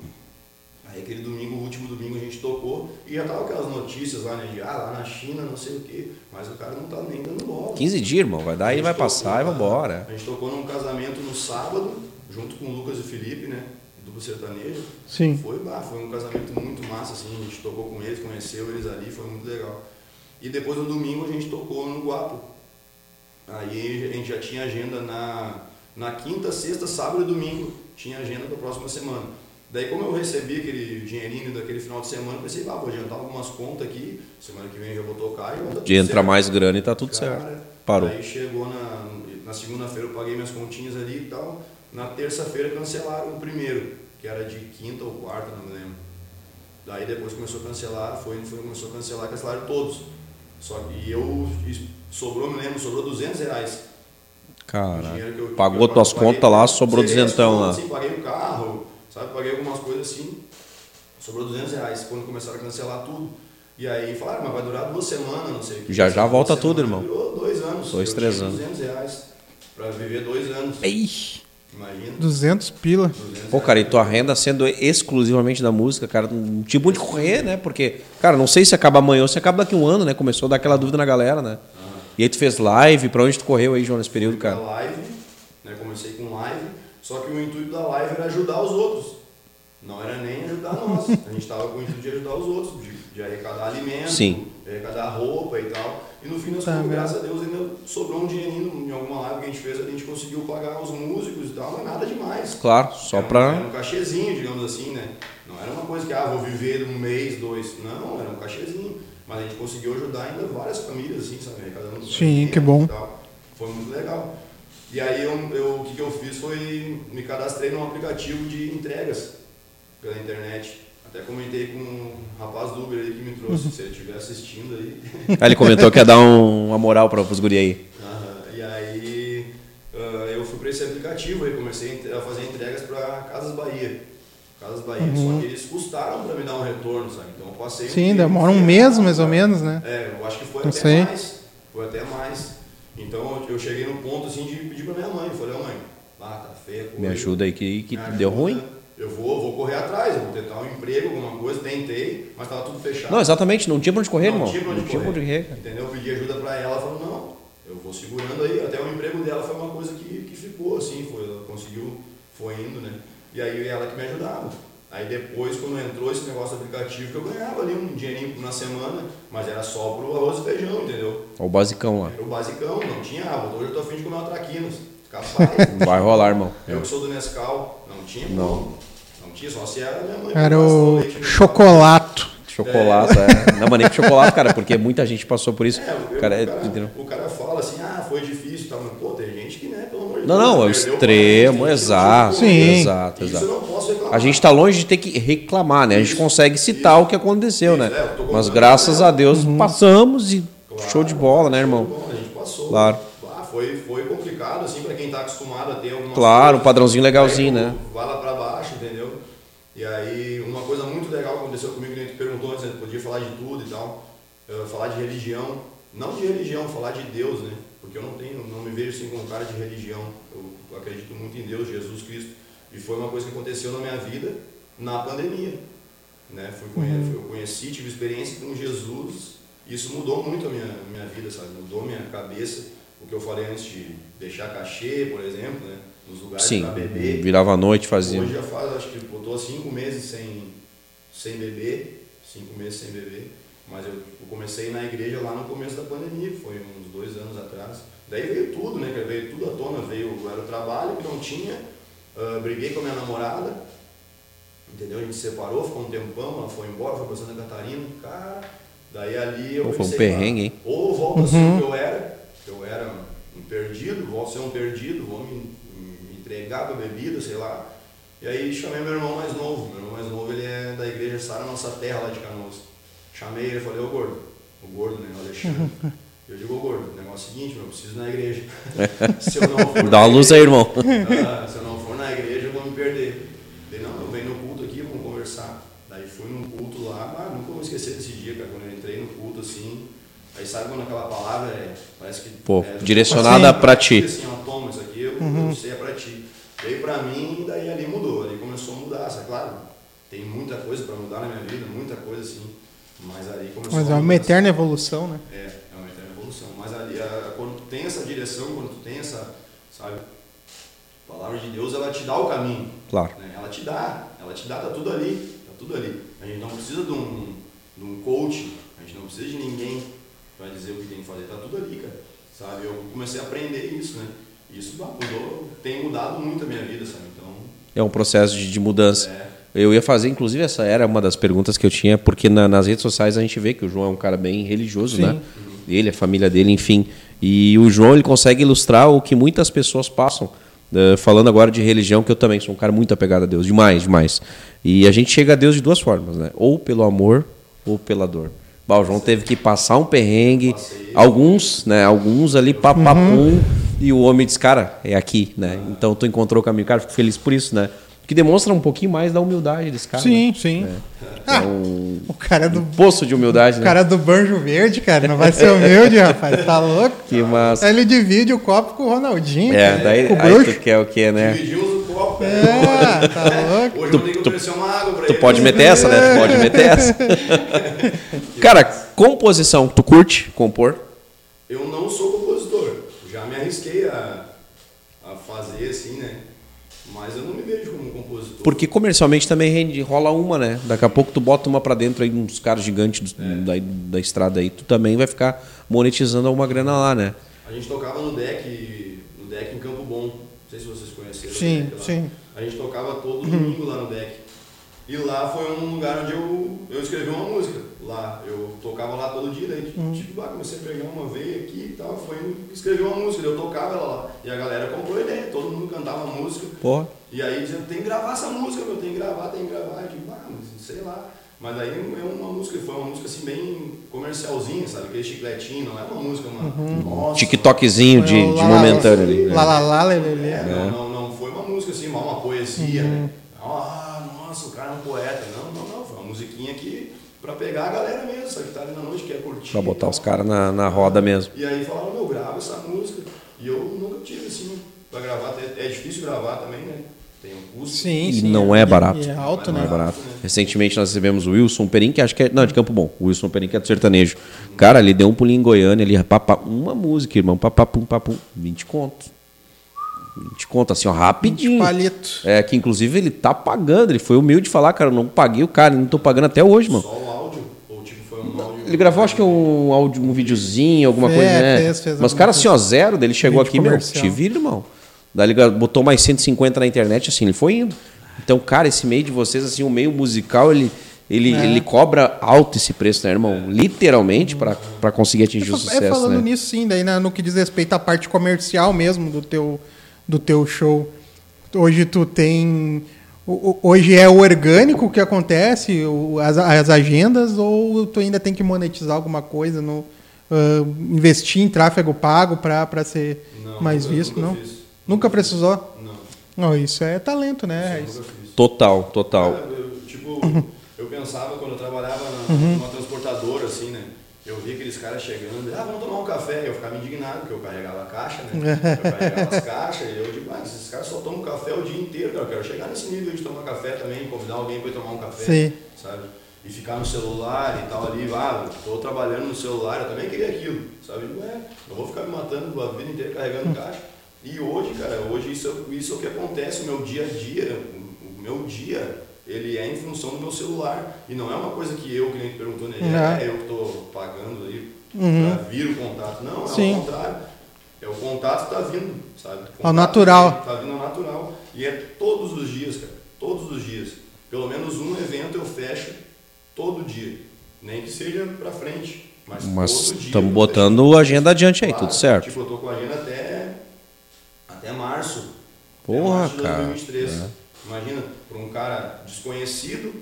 Aí aquele domingo, o último domingo, a gente tocou e já tava aquelas notícias lá, né? De ah, lá na China, não sei o quê. Mas o cara não tá nem dando bola. 15 dias, irmão, vai dar, A ele gente vai tocou passar e na- vai embora. A gente tocou num casamento no sábado, junto com o Lucas e o Felipe, né? Duplo sertanejo. Sim. Foi, bah, foi um casamento muito massa, assim, a gente tocou com eles, conheceu eles ali, foi muito legal. E depois no domingo a gente tocou no Guapo. Aí a gente já tinha agenda na, na quinta, sexta, sábado e domingo, tinha agenda para a próxima semana. Daí como eu recebi aquele dinheirinho daquele final de semana, eu pensei, ah, vou adiantar algumas contas aqui, semana que vem eu já vou tocar e vai dar tudo De entrar certo. mais grana e tá tudo Cara, certo. Parou. Aí chegou na, na segunda-feira, eu paguei minhas continhas ali e tal. Na terça-feira cancelaram o primeiro, que era de quinta ou quarta, não me lembro. Daí depois começou a cancelar, foi, foi começou a cancelar, cancelaram todos. Só que e eu e sobrou, me lembro, sobrou 200 reais. O Cara, dinheiro que eu- pagou que eu tuas paguei, contas lá, sobrou zerei as duzentão lá. contas, Sim, paguei o carro, sabe, paguei algumas coisas assim, sobrou 200 reais. Quando começaram a cancelar tudo. E aí falaram, mas vai durar duas semanas, não sei o que. Já, já Duas volta semanas, tudo, irmão. Durou dois anos. Dois, Eu três tinha anos. 200 reais pra viver dois anos. Ei! Imagina. 200 pila. 200 Pô, cara, e tua renda sendo exclusivamente da música, cara, não tinha muito de correr, né? Porque, cara, não sei se acaba amanhã ou se acaba daqui um ano, né? Começou a dar aquela dúvida na galera, né? E aí tu fez live, pra onde tu correu aí, João, nesse período, da cara? live, né? Comecei com live, só que o intuito da live era ajudar os outros. Não era nem ajudar nós. A gente estava com o intuito de ajudar os outros, de, de arrecadar alimento, Sim. de arrecadar roupa e tal. E no fim das Tá, contas, né? graças a Deus, ainda sobrou um dinheirinho em alguma live que a gente fez, a gente conseguiu pagar os músicos e tal, mas nada demais. Claro, só era, um- Era pra. um cachezinho, digamos assim, né? Não era uma coisa que, ah, vou viver um mês, dois. Não, era um cachezinho. Mas a gente conseguiu ajudar ainda várias famílias, assim, sabe? Arrecadando Sim, que alimento bom. e tal. Foi muito legal. E aí, eu, eu- o que, que eu fiz foi me cadastrei num aplicativo de entregas pela internet. Até comentei com um rapaz do Uber aí que me trouxe, se ele estiver assistindo aí. Aí ele comentou que ia dar um- uma moral pra, pros guri aí. Aham, E aí ah, eu fui para esse aplicativo e comecei a entre- a fazer entregas para Casas Bahia. Casas Bahia. Só que eles custaram para me dar um retorno, sabe? Então eu passei. Uhum. Sim, tempo demora um sem- mês mais ou menos, né? É, eu acho que foi Não até sei. mais. Foi até mais. Então eu cheguei num ponto assim de pedir pra minha mãe. Eu falei, "Ô, mãe, ah, tá feia. a Me coisa." ajuda aí que, que Me deu ajuda. ruim. Eu vou, vou correr atrás, eu vou tentar um emprego, alguma coisa, tentei, mas tava tudo fechado. Não, exatamente, não tinha pra onde correr, Não irmão. tinha pra onde não tinha pra onde correr. correr. cara. Entendeu? Eu pedi ajuda pra ela, ela falou, não, eu vou segurando aí. Até o emprego dela foi uma coisa que, que ficou, assim, foi, ela conseguiu, foi indo, né? E aí ela que me ajudava. Aí depois, quando entrou esse negócio do aplicativo, que eu ganhava ali um dinheirinho na semana, mas era só pro arroz e feijão, entendeu? Ó, o basicão lá. Era o basicão, não tinha água. Hoje eu tô afim de comer uma traquinas. Capaz. Não vai rolar, irmão. Eu que sou do Nescau, não tinha Não. pão. Não tinha, só se era minha mãe. Era passava o leite no chocolato. Chocolate, é. Não, mas nem com chocolate, cara, porque muita gente passou por isso. É, eu- O cara, é- o, cara, entendeu? o cara fala assim, ah, foi difícil, tá? Mas, pô, tem gente que, né, pelo amor de Não, Deus, não, é o perdeu extremo, parente, exato, tem gente que Sim. exato, jogou. Isso eu exato. não posso reclamar. A gente tá longe de ter que reclamar, né? A gente Isso, consegue citar isso. o que aconteceu, né? Isso, é, eu tô Mas contando, graças né? a Deus passamos e Claro, show de bola, né, show de irmão? bola, a gente passou. Claro. Ah, foi, foi complicado, assim, pra quem tá acostumado a ter alguma Claro, um coisa. padrãozinho legalzinho, Aí, né? Vai lá pra baixo, entendeu? E aí, uma coisa muito legal que aconteceu comigo, que a gente perguntou antes, né? podia falar de tudo e tal, eh, falar de religião, não de religião, falar de Deus, né? Porque eu não tenho, não me vejo assim como um cara de religião. Eu acredito muito em Deus, Jesus Cristo. E foi uma coisa que aconteceu na minha vida na pandemia, né? Fui conhe- Eu conheci, tive experiência com Jesus. Isso mudou muito a minha, minha vida, sabe? Mudou minha cabeça. O que eu falei antes de deixar cachê, por exemplo, né? Nos lugares Sim, pra beber. virava a noite, fazia. Hoje já faz, acho que eu tô há cinco meses sem, sem beber, cinco meses sem beber, mas eu, eu comecei na igreja lá no começo da pandemia, que foi uns dois anos atrás. Daí veio tudo, né? cara? Veio tudo à tona, veio, era o trabalho que não tinha, ah, briguei com a minha namorada, entendeu? A gente se separou, ficou um tempão, ela foi embora, foi pra Santa Catarina, cara, daí ali eu Pô, foi um pensei, perrengue, ah, hein? Ou volta a ser o que eu era, que eu era um perdido, vou ser um perdido, vou me, me entregar pra bebida, sei lá. E aí chamei meu irmão mais novo, meu irmão mais novo ele é da igreja Sara Nossa Terra lá de Canoas. Chamei ele e falei, ô gordo, o gordo, né, o Alexandre. Eu digo, ô gordo, o negócio é o seguinte, meu, eu preciso ir na igreja. Se eu não Dá for na uma luz aí, igreja- irmão. ah, se eu não for na igreja, eu vou me perder. Falei, não, eu venho no culto aqui, vamos conversar. Daí fui num culto lá, ah, nunca vou esquecer desse dia, cara, quando eu entrei no culto assim. Aí sabe quando aquela palavra é, parece que. Pô, é, direcionada Assim. pra ti. Assim, ó, toma isso aqui, eu, Uhum. eu sei, é pra ti. Veio pra mim e daí ali mudou, ali começou a mudar, sabe? Claro, tem muita coisa pra mudar na minha vida, muita coisa assim. Mas ali começou Mas a é uma mudar, assim. eterna evolução, né? É, é uma eterna evolução. Mas ali, a- quando tu tem essa direção, quando tu tem essa, sabe, a palavra de Deus, ela te dá o caminho. Claro. né? Ela te dá, ela te dá, tá tudo ali, tá tudo ali. A gente não precisa de um, de um coach, a gente não precisa de ninguém para dizer o que tem que fazer, tá tudo ali, cara. Sabe, eu comecei a aprender isso, né? E Isso bah, mudou, tem mudado muito a minha vida, sabe? Então, É um processo de, de mudança. é, Eu ia fazer, inclusive, essa era uma das perguntas que eu tinha, porque na- nas redes sociais a gente vê que o João é um cara bem religioso, Sim. né? Ele, a família dele, enfim. E o João ele consegue ilustrar o que muitas pessoas passam. eh, falando agora de religião, que eu também sou um cara muito apegado a Deus, demais, demais. E a gente chega a Deus de duas formas, né? Ou pelo amor ou pela dor. Bah, o João teve que passar um perrengue, Passei. alguns, né? Alguns ali, Uhum. papapum, e o homem diz, cara, é aqui, né? Então tu encontrou o caminho, cara, fico feliz por isso, né? Que demonstra um pouquinho mais da humildade desse cara. né? É um Sim, sim. Ah, o cara do Poço de humildade, o né? cara do Banjo Verde, cara, não vai ser humilde, rapaz. Tá louco? Que massa. Aí ele divide o copo com o Ronaldinho, É, cara, daí com o aí bruxo. tu quer o quê, né? dividimos o copo, né? É, tá louco. Hoje Tu- eu tenho que tu- oferecer uma água pra Tu ele. pode meter essa, né? Tu pode meter essa. Cara, composição, tu curte compor? Eu não sou compositor. Já me arrisquei a, a fazer assim, né? Mas eu não me vejo como um compositor. Porque comercialmente também rende, rola uma, né? Daqui a pouco tu bota uma pra dentro aí, uns caras gigantes do- da, da estrada aí, tu também vai ficar monetizando alguma grana lá, né? A gente tocava no deck, no deck em Campo Bom. Não sei se vocês conheceram. o Sim, deck lá. sim. Uhum. A gente tocava todo domingo lá no deck. E lá foi um lugar onde eu, eu escrevi uma música. Lá, eu tocava lá todo dia, daí Uhum. tipo, ah, comecei a pegar uma veia aqui e tal, foi indo escrever uma música, daí eu tocava ela lá. E a galera comprou a ideia, todo mundo cantava a música. Porra. E aí dizendo, tem que gravar essa música, meu, tem que gravar, tem que gravar. Eu digo, ah, mas sei lá. Mas aí é uma música, foi uma música assim bem comercialzinha, sabe? Aquele chicletinho, não é uma música, uma. Nossa, TikTokzinho de, de momentâneo ali. né? Lá, lá, lá, lelê. é, não, não, não foi uma música assim, uma, uma poesia, né? Ah, nossa, nossa, o cara é um poeta. Não, não, não. Foi uma musiquinha aqui pra pegar a galera mesmo, sabe? Que tá ali na noite, quer curtir. Pra botar e os tal. caras na, na roda mesmo. E aí falaram, meu, grava essa música. E eu nunca tive, assim, pra gravar. até- É difícil gravar também, né? Tem um custo. Sim, E sim. não é barato. E é alto, não né? é barato. Recentemente nós recebemos o Wilson Perim, que acho que é. Não, de Campo Bom. O Wilson Perim, que é do sertanejo. Cara, ele deu um pulinho em Goiânia ali, papá, uma música, irmão. Papapum, papum. 20 conto. 20 conto, assim, ó, rapidinho. Palito. É, que inclusive ele tá pagando. Ele foi humilde de falar, cara, eu não paguei o cara, não tô pagando até hoje, mano. Só um áudio? Ou tipo, foi um áudio. Ele gravou, acho que um áudio, um videozinho, alguma É, coisa, né? fez- fez Mas, alguma cara, coisa. assim, ó, zero dele chegou Vídeo aqui, meu, comercial. te vira, irmão. Daí ele botou mais 150 na internet, assim, ele foi indo. Então, cara, esse meio de vocês, assim, o meio musical, ele, ele, É. ele cobra alto esse preço, né, irmão? Literalmente, pra para conseguir atingir o É sucesso, falando né? nisso, sim, daí na- no que diz respeito à parte comercial mesmo do teu, do teu show. Hoje tu tem. o- o- Hoje é o orgânico que acontece, o- as, as agendas, ou tu ainda tem que monetizar alguma coisa, no, ah, investir em tráfego pago para ser Não, mais nunca- visto? nunca não? fiz. Nunca precisou? Não, Não, isso é talento, né? nunca Isso- fiz. Total, total. Cara, eu, tipo, eu pensava quando eu trabalhava na, numa transportadora, assim, né? Eu vi aqueles caras chegando, ah, vamos tomar um café. Eu ficava indignado, porque eu carregava a caixa, né? Eu carregava as caixas e eu digo, ah, esses caras só tomam café o dia inteiro, cara. Eu quero chegar nesse nível de tomar café também, convidar alguém para tomar um café, Sim. sabe? E ficar no celular e tal ali, ah, eu tô trabalhando no celular, eu também queria aquilo, sabe? Não é, eu vou ficar me matando a vida inteira Hum. carregando caixa. E hoje, cara, hoje isso, é- isso é o que acontece, o meu dia a dia, o, o meu dia, ele é em função do meu celular. E não é uma coisa que eu, que nem tu perguntou, né? Uhum. É eu que tô pagando ali Uhum. pra vir o contato. Não, é Sim. o contrário. É o contato que tá vindo, sabe? O contato natural. Tá vindo ao natural. E é todos os dias, cara. Todos os dias. Pelo menos um evento eu fecho todo dia. Nem que seja pra frente. Mas, Mas todo dia. estamos eu vou fechar. botando a agenda adiante aí, Claro, tudo certo. Tipo, eu tô com a agenda até, até março. Até Porra, março de cara, 2023. né? Imagina, para um cara desconhecido,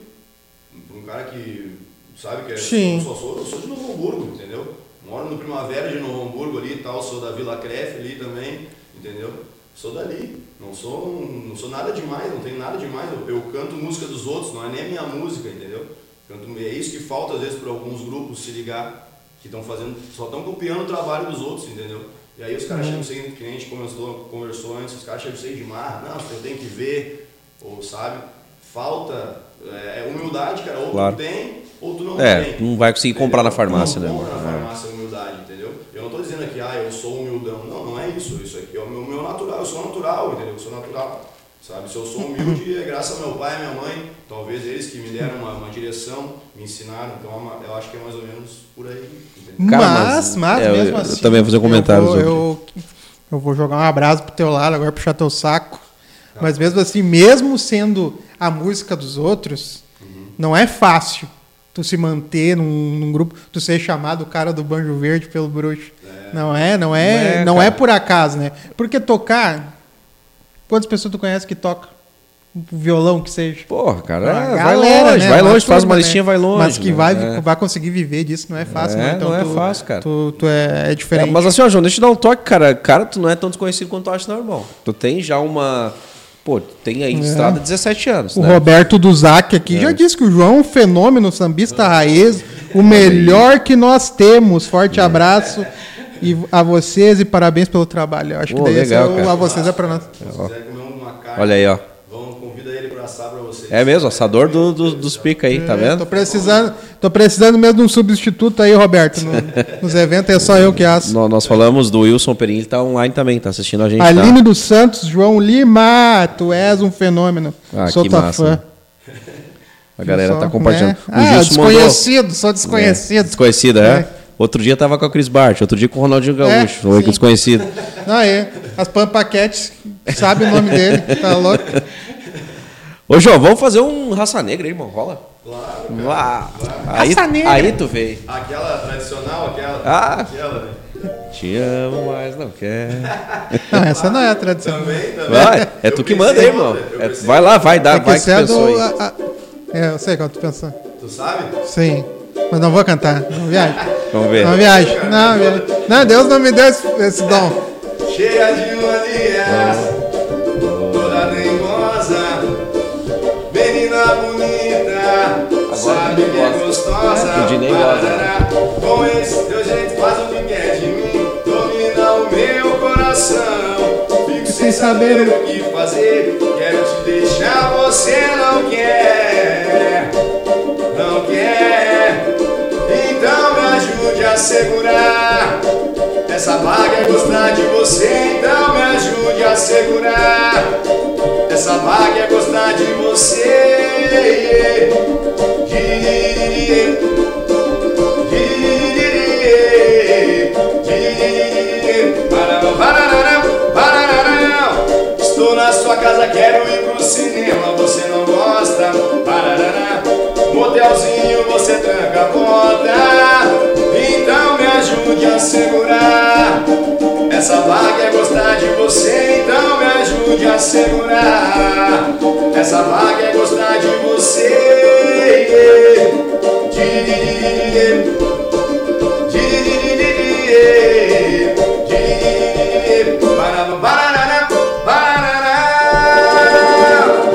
para um cara que sabe que é, Sim. eu só sou, eu sou de Novo Hamburgo, entendeu? Moro no Primavera de Novo Hamburgo ali e tal, sou da Vila Crefe ali também, entendeu? Sou dali, não sou, um- não sou nada demais, não tenho nada demais. Eu, eu canto música dos outros, não é nem a minha música, entendeu? Canto, é isso que falta às vezes para alguns grupos se ligar, que estão fazendo, só estão copiando o trabalho dos outros, entendeu? E aí os caras chegam sem, que nem a gente conversou, conversou antes, os caras chegam sem de marra, não, eu tenho que ver, ou sabe? Falta é, humildade, cara, ou Claro. tu tem, ou tu não É, tem. não vai conseguir comprar na Entendeu? farmácia, né? Não compra na mano? É. farmácia humildade, entendeu? Eu não tô dizendo aqui, ah, eu sou humildão. Não, não é isso. Isso aqui é o meu, meu natural. Eu sou natural, entendeu? Eu sou natural. Sabe? Se eu sou humilde, é graças ao meu pai e à minha mãe. Talvez eles que me deram uma, uma direção, me ensinaram. Então é uma- eu acho que é mais ou menos por aí. Entendeu? Cara, mas, mas- mas é, eu- mesmo eu assim. também vou fazer um comentário Eu vou, sobre. eu, eu vou jogar um abraço pro teu lado, agora puxar teu saco. Mas mesmo assim, mesmo sendo a música dos outros, não é fácil tu se manter num, num grupo, tu ser chamado o cara do Banjo Verde pelo bruxo. Não é, Não não é, é, não é cara. por acaso, né? Porque tocar. Quantas pessoas tu conhece que toca? Um Violão que seja. Porra, cara, Uma é, vai galera, longe, né? vai longe, faz turma, uma né? listinha, vai longe. Mas que né? vai, É. vai conseguir viver disso não é fácil, É, não. Então não é tu- fácil, cara. Tu, tu é, é diferente. É, mas assim, ó, João, deixa eu dar um toque, cara. Cara, tu não é tão desconhecido quanto tu acha, não, irmão. Tu tem já uma. Pô, tu tem aí de estrada 17 anos, É. o né? Roberto Duzac aqui já disse que o João é um fenômeno sambista raiz, o melhor que nós temos. Forte É. abraço e a vocês e parabéns pelo trabalho. Eu acho que Pô, daí esse é legal, o- cara. a vocês é pra nós. Se quiser comer uma carne, Olha aí, ó. vão, convida ele para assar para vocês. É mesmo, assador do- do- dos pica aí, tá É, Tô vendo? precisando, tô precisando mesmo de um substituto aí, Roberto. No- nos eventos é só eu que asso. Nó- Nós falamos do Wilson Perim, ele tá online também, tá assistindo a gente. Aline Tá? dos Santos, João Lima, tu és um fenômeno. Ah, Sou que tua massa, fã. né? A galera tá Só, compartilhando. né? Ah, Gilson mandou- desconhecido, sou desconhecido. É, desconhecido, é. É. Outro dia tava com a Cris Bart, outro dia com o Ronaldinho Gaúcho. É, É, sim. desconhecido. Ah, é. As Pampaquetes, sabe o nome dele, tá louco? Ô, João, vamos fazer um raça negra aí, irmão. Rola. Claro. Lá. Aí, Raça negra. aí tu veio. Aquela tradicional, aquela. Ah. Aquela, né? Te amo, mas não quero. Não, essa não é a tradição. Também, também. Vai, é Eu tu que pensei manda aí, em irmão. outra, eu É, pensei- vai lá, vai dar, É vai que esse é pensou do. aí. a- a- É, eu sei qual tu pensando. Tu sabe? Sim. Mas não vou cantar. Não viaja. Vamos ver. Não viaja. Não, viaja. Não, Deus não me deu esse, esse dom. Cheia de manias, toda dengosa, menina nem é gosta. é O Dinei gosta. né? Com esse teu jeito faz o que quer de mim Domina o meu coração Fico sem saber o que fazer Quero te deixar, você não quer Não quer Então me ajude a segurar Essa vaga é gostar de você Então me ajude a segurar Essa vaga é gostar de você Yeah. Estou na sua casa, quero ir pro cinema, você não gosta. Parará, motelzinho, você tranca a porta. Então me ajude a segurar. Essa vaga é gostar de você, então me ajude a segurar. Essa vaga é gostar de você. De-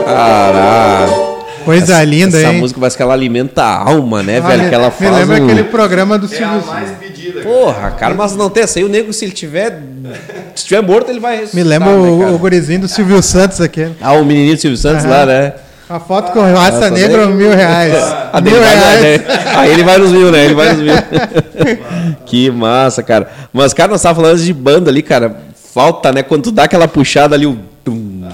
Caraca. Coisa linda, Essa hein? música parece que ela alimenta a alma, né, Ah, velho? me- Que ela Me faz lembra um- aquele programa do É a Silvio mais Santos. pedida. cara. Porra, cara, mas não tem essa aí. O nego, se ele tiver. Se tiver morto, ele vai Me ressuscitar. lembra né, o, cara? o gurizinho do Silvio Santos aquele. Ah, o menininho do Silvio Santos lá, né? A foto com raça Raça negra, negra. mil reais. tá Ah, mil dele vai- reais. né? Aí ele vai nos mil, né? Ele vai nos mil. que massa, cara. Mas, cara, nós tava falando de banda ali, cara. Falta, né? Quando tu dá aquela puxada ali, o. tum, né?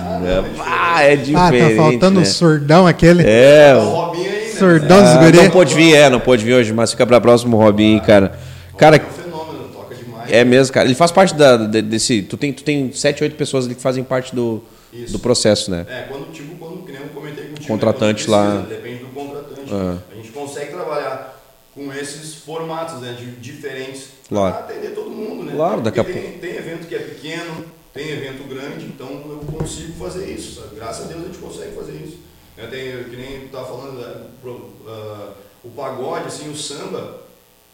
Ah, é Ah, diferente. tá faltando o né? surdão aquele. É, O o Robinho aí, né? Surdão dos Ah, guri. não pôde vir, é, não pôde vir hoje, mas fica pra próximo Robin, cara. Cara, É um fenômeno, toca demais. é mesmo, cara. Ele faz parte da, de- desse. Tu tem, tu tem sete, oito pessoas ali que fazem parte do, Isso. do processo, né? É, quando, tipo, quando que nem eu comentei contigo. né, Contratante quando precisa, lá. Depende do contratante. Ah. A gente consegue trabalhar com esses formatos, né? De, diferentes. Claro. Pra atender todo mundo, né? Claro, daqui a Porque tem, tem evento que é pequeno, tem evento grande, então eu consigo fazer isso. sabe? Graças a Deus a gente consegue fazer isso. Né, tem, que nem tu tava falando, né, pro- ah, o pagode, assim, o samba,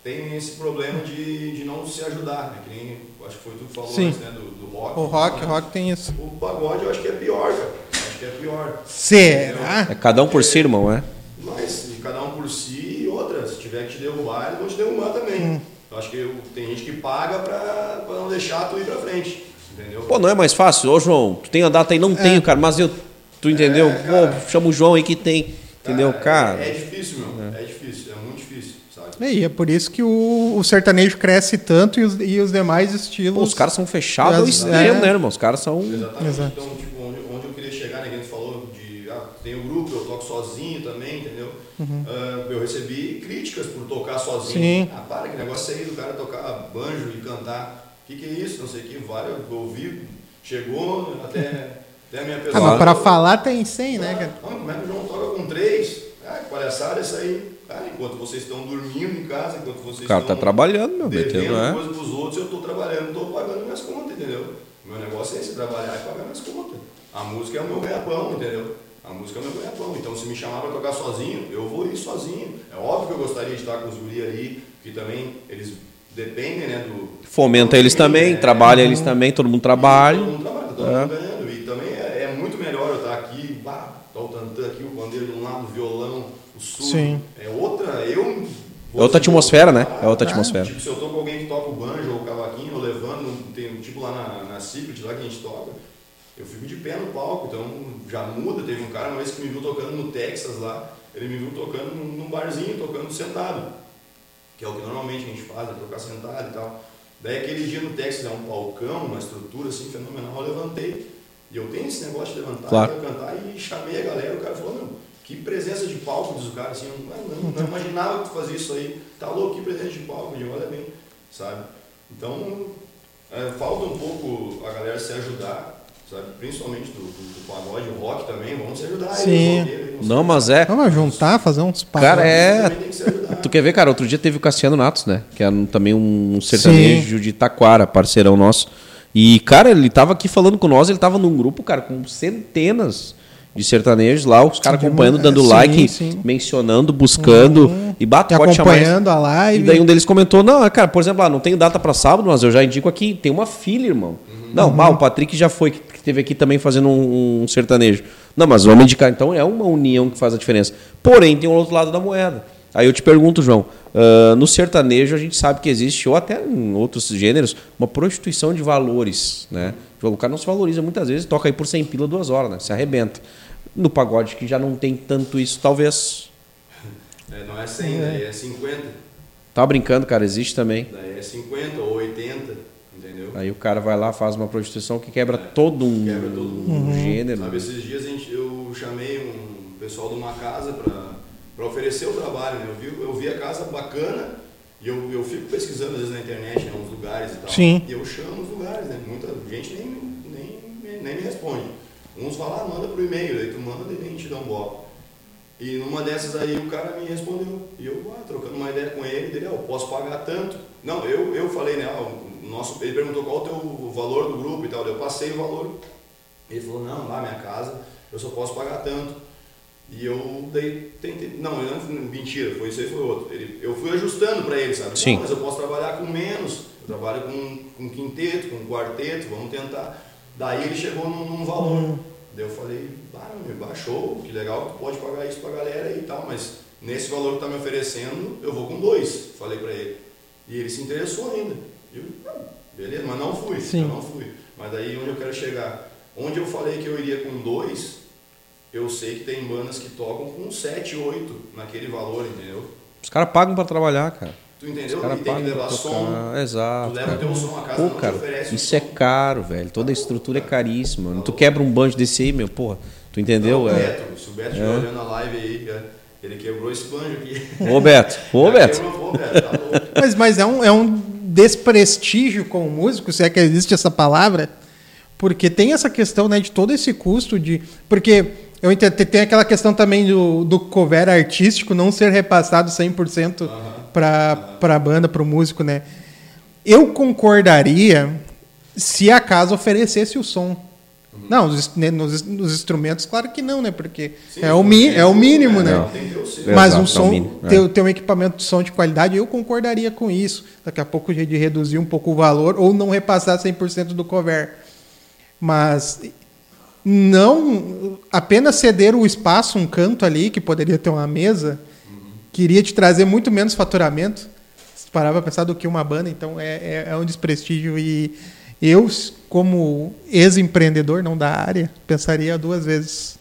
tem esse problema de, de não se ajudar, né? Que nem, acho que foi tu que falou Sim. antes, né? Do, do rock. O rock, Né? o rock tem isso. O pagode eu acho que é pior, cara. Acho que é pior. Será? É cada um por si, irmão, é? Mas de cada um por si e outra. Se tiver que te derrubar, eles vão te derrubar também. Uhum. Eu acho que eu- tem gente que paga pra, pra não deixar tu ir pra frente. Entendeu? Pô, não é mais fácil? Ô, João, tu tem a data aí? Não tenho, cara, mas eu. Tu entendeu? Pô, chama o João aí que tem. Entendeu, cara? É, é difícil, meu. É. difícil, é muito difícil, sabe? E é por isso que o, o sertanejo cresce tanto e os, e os demais estilos. Pô, os caras são fechados ao É. extremo, né, irmão? Os caras são. Exatamente. Exato. Então, tipo, onde, onde eu queria chegar, né? Que a gente falou de. Ah, tem o grupo, eu toco sozinho também, entendeu? Ah, eu recebi críticas por tocar sozinho. Uhum. Sim. Ah, para, que negócio é aí do cara tocar banjo e cantar. O que, que é isso? Não sei o que, vários, eu ouvi, chegou até, até a minha Ah, pessoa. mas pra falar tem 100, né, cara? Ah, como é que o João toca com três? Ah, que palhaçada essa aí. Cara, enquanto vocês estão dormindo em casa, enquanto vocês O cara tá estão trabalhando, meu, metendo, devendo né? coisa pros outros, eu tô trabalhando, tô pagando minhas contas, entendeu? Meu negócio é esse, trabalhar e pagar minhas contas. A música é o meu ganha-pão, entendeu? A música é o meu ganha-pão. Então se me chamar pra tocar sozinho, eu vou ir sozinho. É óbvio que eu gostaria de estar com os guri ali, que também eles dependem, né, do... Fomenta eles também, É. trabalha eles também, todo mundo trabalha. Todo mundo trabalha, todo mundo ganhando. E também é, é muito melhor eu estar aqui, bah, tá o tantã aqui, o pandeiro de um lado, o violão, o sul. Sim. É outra, eu. É outra atmosfera, né? É outra Ah, atmosfera. Tipo, se eu tô com alguém que toca o banjo ou o cavaquinho, eu levando, tem um tipo lá na, na Secret, lá que a gente toca, eu fico de pé no palco, então já muda. Teve um cara uma vez que me viu tocando no Texas lá, ele me viu tocando num, num barzinho, tocando sentado, que é o que normalmente a gente faz, é tocar sentado e tal. Daí aquele dia no Texas é um palcão, uma estrutura assim fenomenal, eu levantei. E eu tenho esse negócio de levantar, Claro. de cantar, e chamei a galera, o cara falou, meu, que presença de palco diz o cara, assim, eu não, não- não imaginava que tu fazia isso aí, tá louco, que presença de palco, e olha bem, sabe? Então, é, falta um pouco a galera se ajudar, sabe? Principalmente do, do, do pagode, o rock também, vamos se ajudar. aí, Sim. os roqueiros, vamos Não, se- mas é. Vamos juntar, fazer uns Cara, é- eles também têm que se ajudar. Tu quer ver, cara? Outro dia teve o Cassiano Natos, né? Que era um- também um sertanejo de Taquara, parceirão nosso. E, cara, ele tava aqui falando com nós, ele tava num grupo, cara, com centenas de sertanejos lá, os caras De acompanhando, mu- dando sim, like, sim. mencionando, buscando. E bate, Uhum. Te pode chamar esse- acompanhando a E live. daí um deles comentou: Não, cara, por exemplo, ah, não tenho data pra sábado, mas eu já indico aqui, tem uma filha, irmão. Uhum. Não, bah, o Patrick já foi, que que teve aqui também fazendo um, um sertanejo. Não, mas vamos indicar. Então é uma união que faz a diferença. Porém, tem o outro lado da moeda. Aí eu te pergunto, João, ah, no sertanejo a gente sabe que existe, ou até em outros gêneros, uma prostituição de valores, né? O cara não se valoriza muitas vezes, toca aí por 100 pila duas horas, né? Se arrebenta. No pagode que já não tem tanto isso, talvez. É, não é 100, daí é 50. Tá brincando, cara, existe também. Daí é 50 ou 80, entendeu? Aí o cara vai lá, faz uma prostituição que quebra todo um, Quebra todo um- um gênero. Sabe, esses dias a gente, eu chamei um pessoal de uma casa para oferecer o trabalho, né? Eu vi, eu vi a casa bacana e eu, eu fico pesquisando às vezes na internet, né, uns lugares e tal. Sim. E eu chamo os lugares, né? Muita gente nem, nem, nem me responde. Uns vão lá, manda por e-mail, daí tu manda e nem te dão bola. um E numa dessas aí o cara me respondeu. E eu, ah, trocando uma ideia com ele, dele, ó, posso pagar tanto. Não, eu, eu falei, né, ó, o nosso, ele perguntou qual o teu valor do grupo e tal. Eu passei o valor. Ele falou, não, lá minha casa, eu só posso pagar tanto. E eu daí tentei. Não, eu não, mentira, foi isso aí, foi outro. Ele, eu fui ajustando para ele, sabe? Sim. Não, mas eu posso trabalhar com menos, eu trabalho com, com quinteto, com quarteto, vamos tentar. Daí ele chegou num, num valor. Daí eu falei, ah, me baixou, que legal, pode pagar isso pra galera e tal, mas nesse valor que tá me oferecendo, eu vou com dois, falei pra ele. E ele se interessou ainda. E eu, "Ah, beleza, mas não fui, Sim. eu não fui. Mas daí onde eu quero chegar? Onde eu falei que eu iria com dois, eu sei que tem bandas que tocam com 7, 8 naquele valor, entendeu? Os caras pagam pra trabalhar, cara. Tu entendeu? Os caras e tem que pagam pra levar tocar. som. né? Exato. Tu leva cara. teu som, a casa Pô, não te cara, oferece o isso é som. caro, velho. Toda a estrutura é caríssima. Tu quebra um banjo desse aí, meu, porra. Tu entendeu? o É. Beto, se o Beto estiver olhando a live aí, cara, ele quebrou esse banjo aqui. Ô, Beto. Ô, Já Beto. quebrou, Ô, Beto, tá louco. Mas, mas é, um, é um desprestígio com o músico, se é que existe essa palavra, porque tem essa questão né, de todo esse custo de. Porque eu entendo, tem- tem aquela questão também do, do cover artístico não ser repassado 100% para a banda, para o músico, né? Eu concordaria se a casa oferecesse o som. Uhum. Não, os, ins- né, nos, nos instrumentos, claro que não, né? Porque Sim, é, o mi, é o mínimo, né? Tem que ter o seu. É, Mas exato, um som, domínio, é. ter, ter um equipamento de som de qualidade, eu concordaria com isso. Daqui a pouco de reduzir um pouco o valor ou não repassar 100% do cover. Mas não apenas ceder o espaço, um canto ali, que poderia ter uma mesa, queria te trazer muito menos faturamento. Se parar para pensar do que uma banda, então é, é, é um desprestígio. E eu, como ex-empreendedor, não da área, pensaria duas vezes.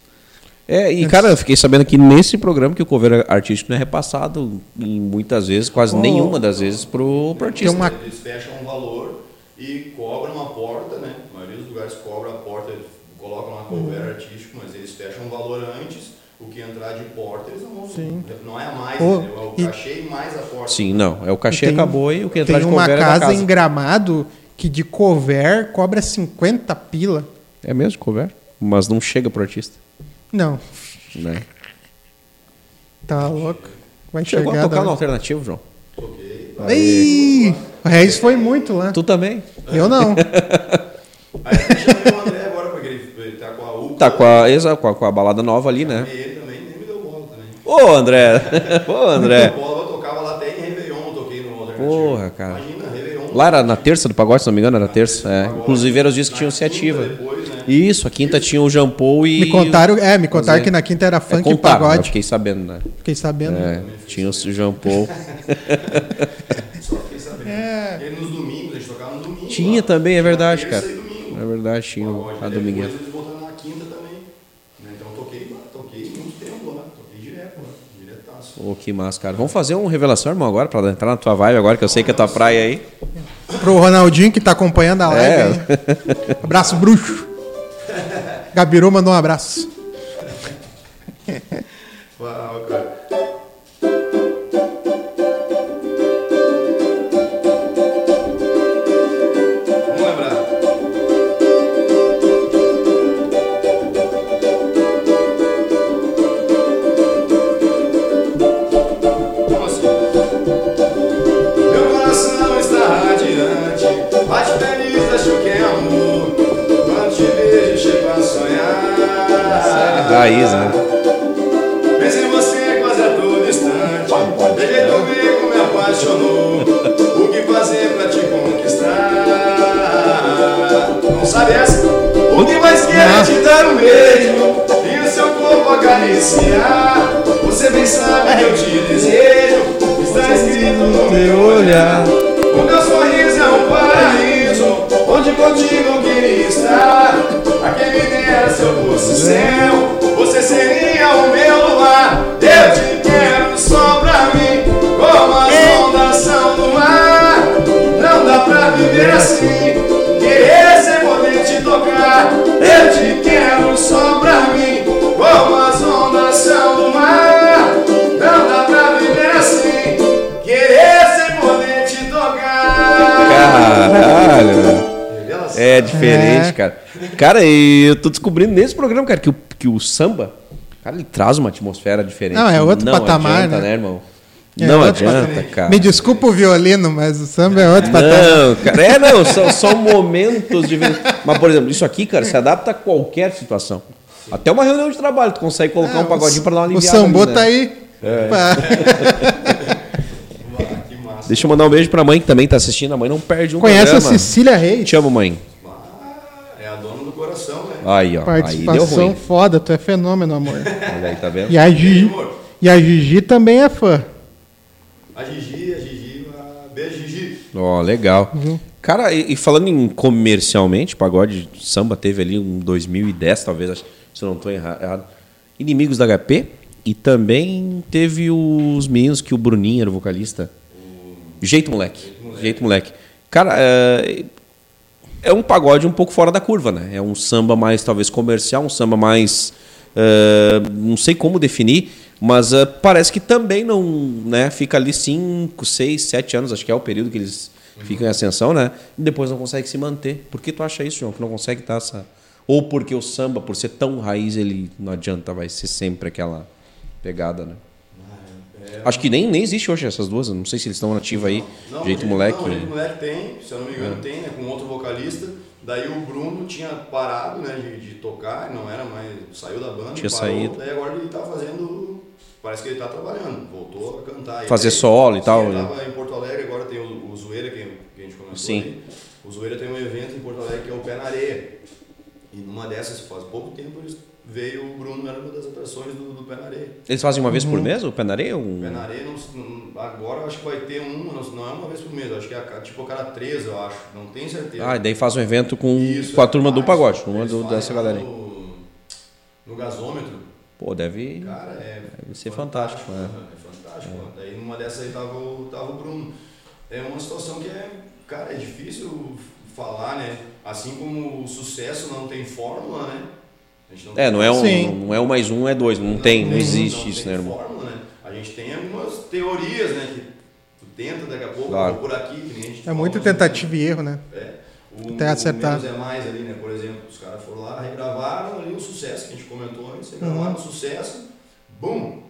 É, e cara, eu fiquei sabendo aqui nesse programa que o cover artístico não é repassado em muitas vezes, quase Oh. nenhuma das vezes, pro, pro Tem artista. uma Eles fecham um valor e cobram uma porta, né? A maioria dos lugares cobra a porta, eles colocam lá Uhum. cover artístico, mas eles fecham um valor antes. O que entrar de porta, eles não vão. Sim. Não é a mais, Pô, entendeu? É o e- cachê e mais a porta. Sim, não. É o cachê Tem- acabou e o que entrar Tem de uma cover é da casa, casa. em Gramado que de cover cobra 50 pila. É mesmo cover, mas não chega pro artista, Não, né? tá louco. Vai Chegou chegar. a tocar da- no né? alternativo, João. Ok. Ih, o Regis foi muito lá. Tu também? Eu não. Aí eu chamei o André agora, porque ele, ele tá com a UPA. Tá com a, exa- com a, com a balada nova ali, né? E ele também nem me deu bola também. Ô, André! Ô, André! Bola, eu tocava lá até em Réveillon, eu toquei no alternativo. É. Porra, cara. Imagina, Réveillon. Lá era na terça do pagode, se não me engano, era terça. É. Agora, Inclusive eram os dias que na tinham se ativa. quinta depois, né? Isso, a quinta tinha o Jean Paul e. Me contaram, é, me contaram Fazer. que na quinta era É, funk e contaram, eu pagode. fiquei sabendo, né? Fiquei sabendo. É, tinha o Jean Paul. Só fiquei sabendo. É. E aí nos domingos, a gente tocava no domingo. Tinha lá. também, é verdade, Terça cara. e domingo. É verdade, tinha o- Pagode. a Aí domingueira. Depois é, eles voltaram na quinta também. né? Então eu toquei lá, toquei muito tempo lá. Toquei direto lá, diretaço. Ô, que massa, cara. Vamos fazer um revelação, irmão, agora, pra entrar na tua vibe agora, que eu sei que é tua praia aí. Pro Ronaldinho que tá acompanhando a live. É. aí. Abraço, bruxo. Gabiru mandou um abraço. Uau, cara. Vamos lembrar. Meu coração está radiante, bate feliz, acho que é amor. Quando te vejo, chego a sonhar. Raiz, né? Penso em você é quase a todo instante. De jeito comigo me apaixonou. O que fazer pra te conquistar? Não sabe essa? O que mais quer é te dar um beijo e o seu corpo acariciar. Você bem sabe que eu te desejo. é um onde não queria estar. A quem me dera se eu fosse seu, você seria o meu luar. Eu te quero só pra mim, como as ondas são do mar. Não dá pra viver assim, querer sem poder te tocar. Eu te quero só pra mim, como as ondas são do mar. Não dá pra viver assim, querer sem poder te tocar. Caralho, velho. Revelação. É diferente, cara. Cara, e eu tô descobrindo nesse programa, cara, que o, que o samba, cara, ele traz uma atmosfera diferente. Não, é outro não patamar, adianta, né? né, irmão? É, não outro adianta, patamar. cara. Me desculpa o violino, mas o samba é outro patamar. Não, cara. É, não, são, são momentos de. Mas, por exemplo, isso aqui, cara, se adapta a qualquer situação. Até uma reunião de trabalho, tu consegue colocar um pagodinho pra dar uma É, O aliviada. sambô ali, né? tá aí. Pá. Deixa eu mandar um beijo pra mãe que também tá assistindo. A mãe não perde um Conhece a programa. Cecília Reis? Te amo, mãe. É a dona do coração, né? Aí, ó. Aí deu Participação ruim. foda, tu é fenômeno, amor. Olha aí, tá vendo? E a, Gigi, e a Gigi também é fã. A Gigi, a Gigi, a... beijo Gigi. Ó, legal. Cara, e, e falando em comercialmente, pagode samba teve ali um 2010, talvez, acho, se eu não estou errado. Inimigos da HP. E também teve os meninos que o Bruninho era o vocalista. Jeito moleque. Jeito moleque. Cara, é, é um pagode um pouco fora da curva, né? É um samba mais, talvez, comercial, um samba mais. eh, não sei como definir, mas eh, parece que também não. Né? Fica ali 5, 6, 7 anos, acho que é o período que eles Uhum. ficam em ascensão, né? E depois não consegue se manter. Por que tu acha isso, João? Que não consegue dar essa. Ou porque o samba, por ser tão raiz, ele não adianta, vai ser sempre aquela pegada, né? Ah, Acho que nem, nem existe hoje essas duas, eu não sei se eles estão nativos aí, é, Não, jeito o moleque. É. Não, o jeito moleque tem, se eu não me engano, tem, né? Com outro vocalista. Daí o Bruno tinha parado, né? De, de tocar, não era mais. Saiu da banda, Tinha parou. saído. Daí agora ele tá fazendo. Parece que ele tá trabalhando, voltou a cantar. Ele- Fazer solo e Sim, tal, Ele né? tava em Porto Alegre, agora tem o, o Zoeira, que, que a gente comentou. Sim. ali. O Zoeira tem um evento em Porto Alegre que é o Pé na Areia. E numa dessas, faz pouco tempo, eles veio o Bruno, era uma das atrações do, do Pé na Areia. Eles fazem uma vez Uhum. por mês o penareia? Um... Pé na areia, não, não- agora eu acho que vai ter uma, não, não é uma vez por mês, eu acho que é a cada- tipo a cada três, eu acho, não tenho certeza. Ah, e daí faz um evento com, Isso, com a é, turma do eles- pagode, uma eles do- fazem dessa lá galera aí. No, no gasômetro, Pô, deve. cara, é. Deve ser fantástico, né? É fantástico. ó. Daí numa dessas aí tava, o- tava o Bruno. É uma situação que é, cara, é difícil falar, né? Assim como o sucesso não tem fórmula, né? A gente É, não é um, Sim. não é um mais um, é dois. Não, tem, Uhum. não existe não isso, tem né, irmão? fórmula, né? A gente tem algumas teorias, né? Que tu tenta daqui a pouco, Claro. ou por aqui, que nem a gente É falou, muito né? tentativa e erro, né? É. O, Até acertar. o menos é mais ali, né? Por exemplo, os caras foram lá, regravaram ali o sucesso que a gente comentou antes, regravaram Uhum. o sucesso, bum!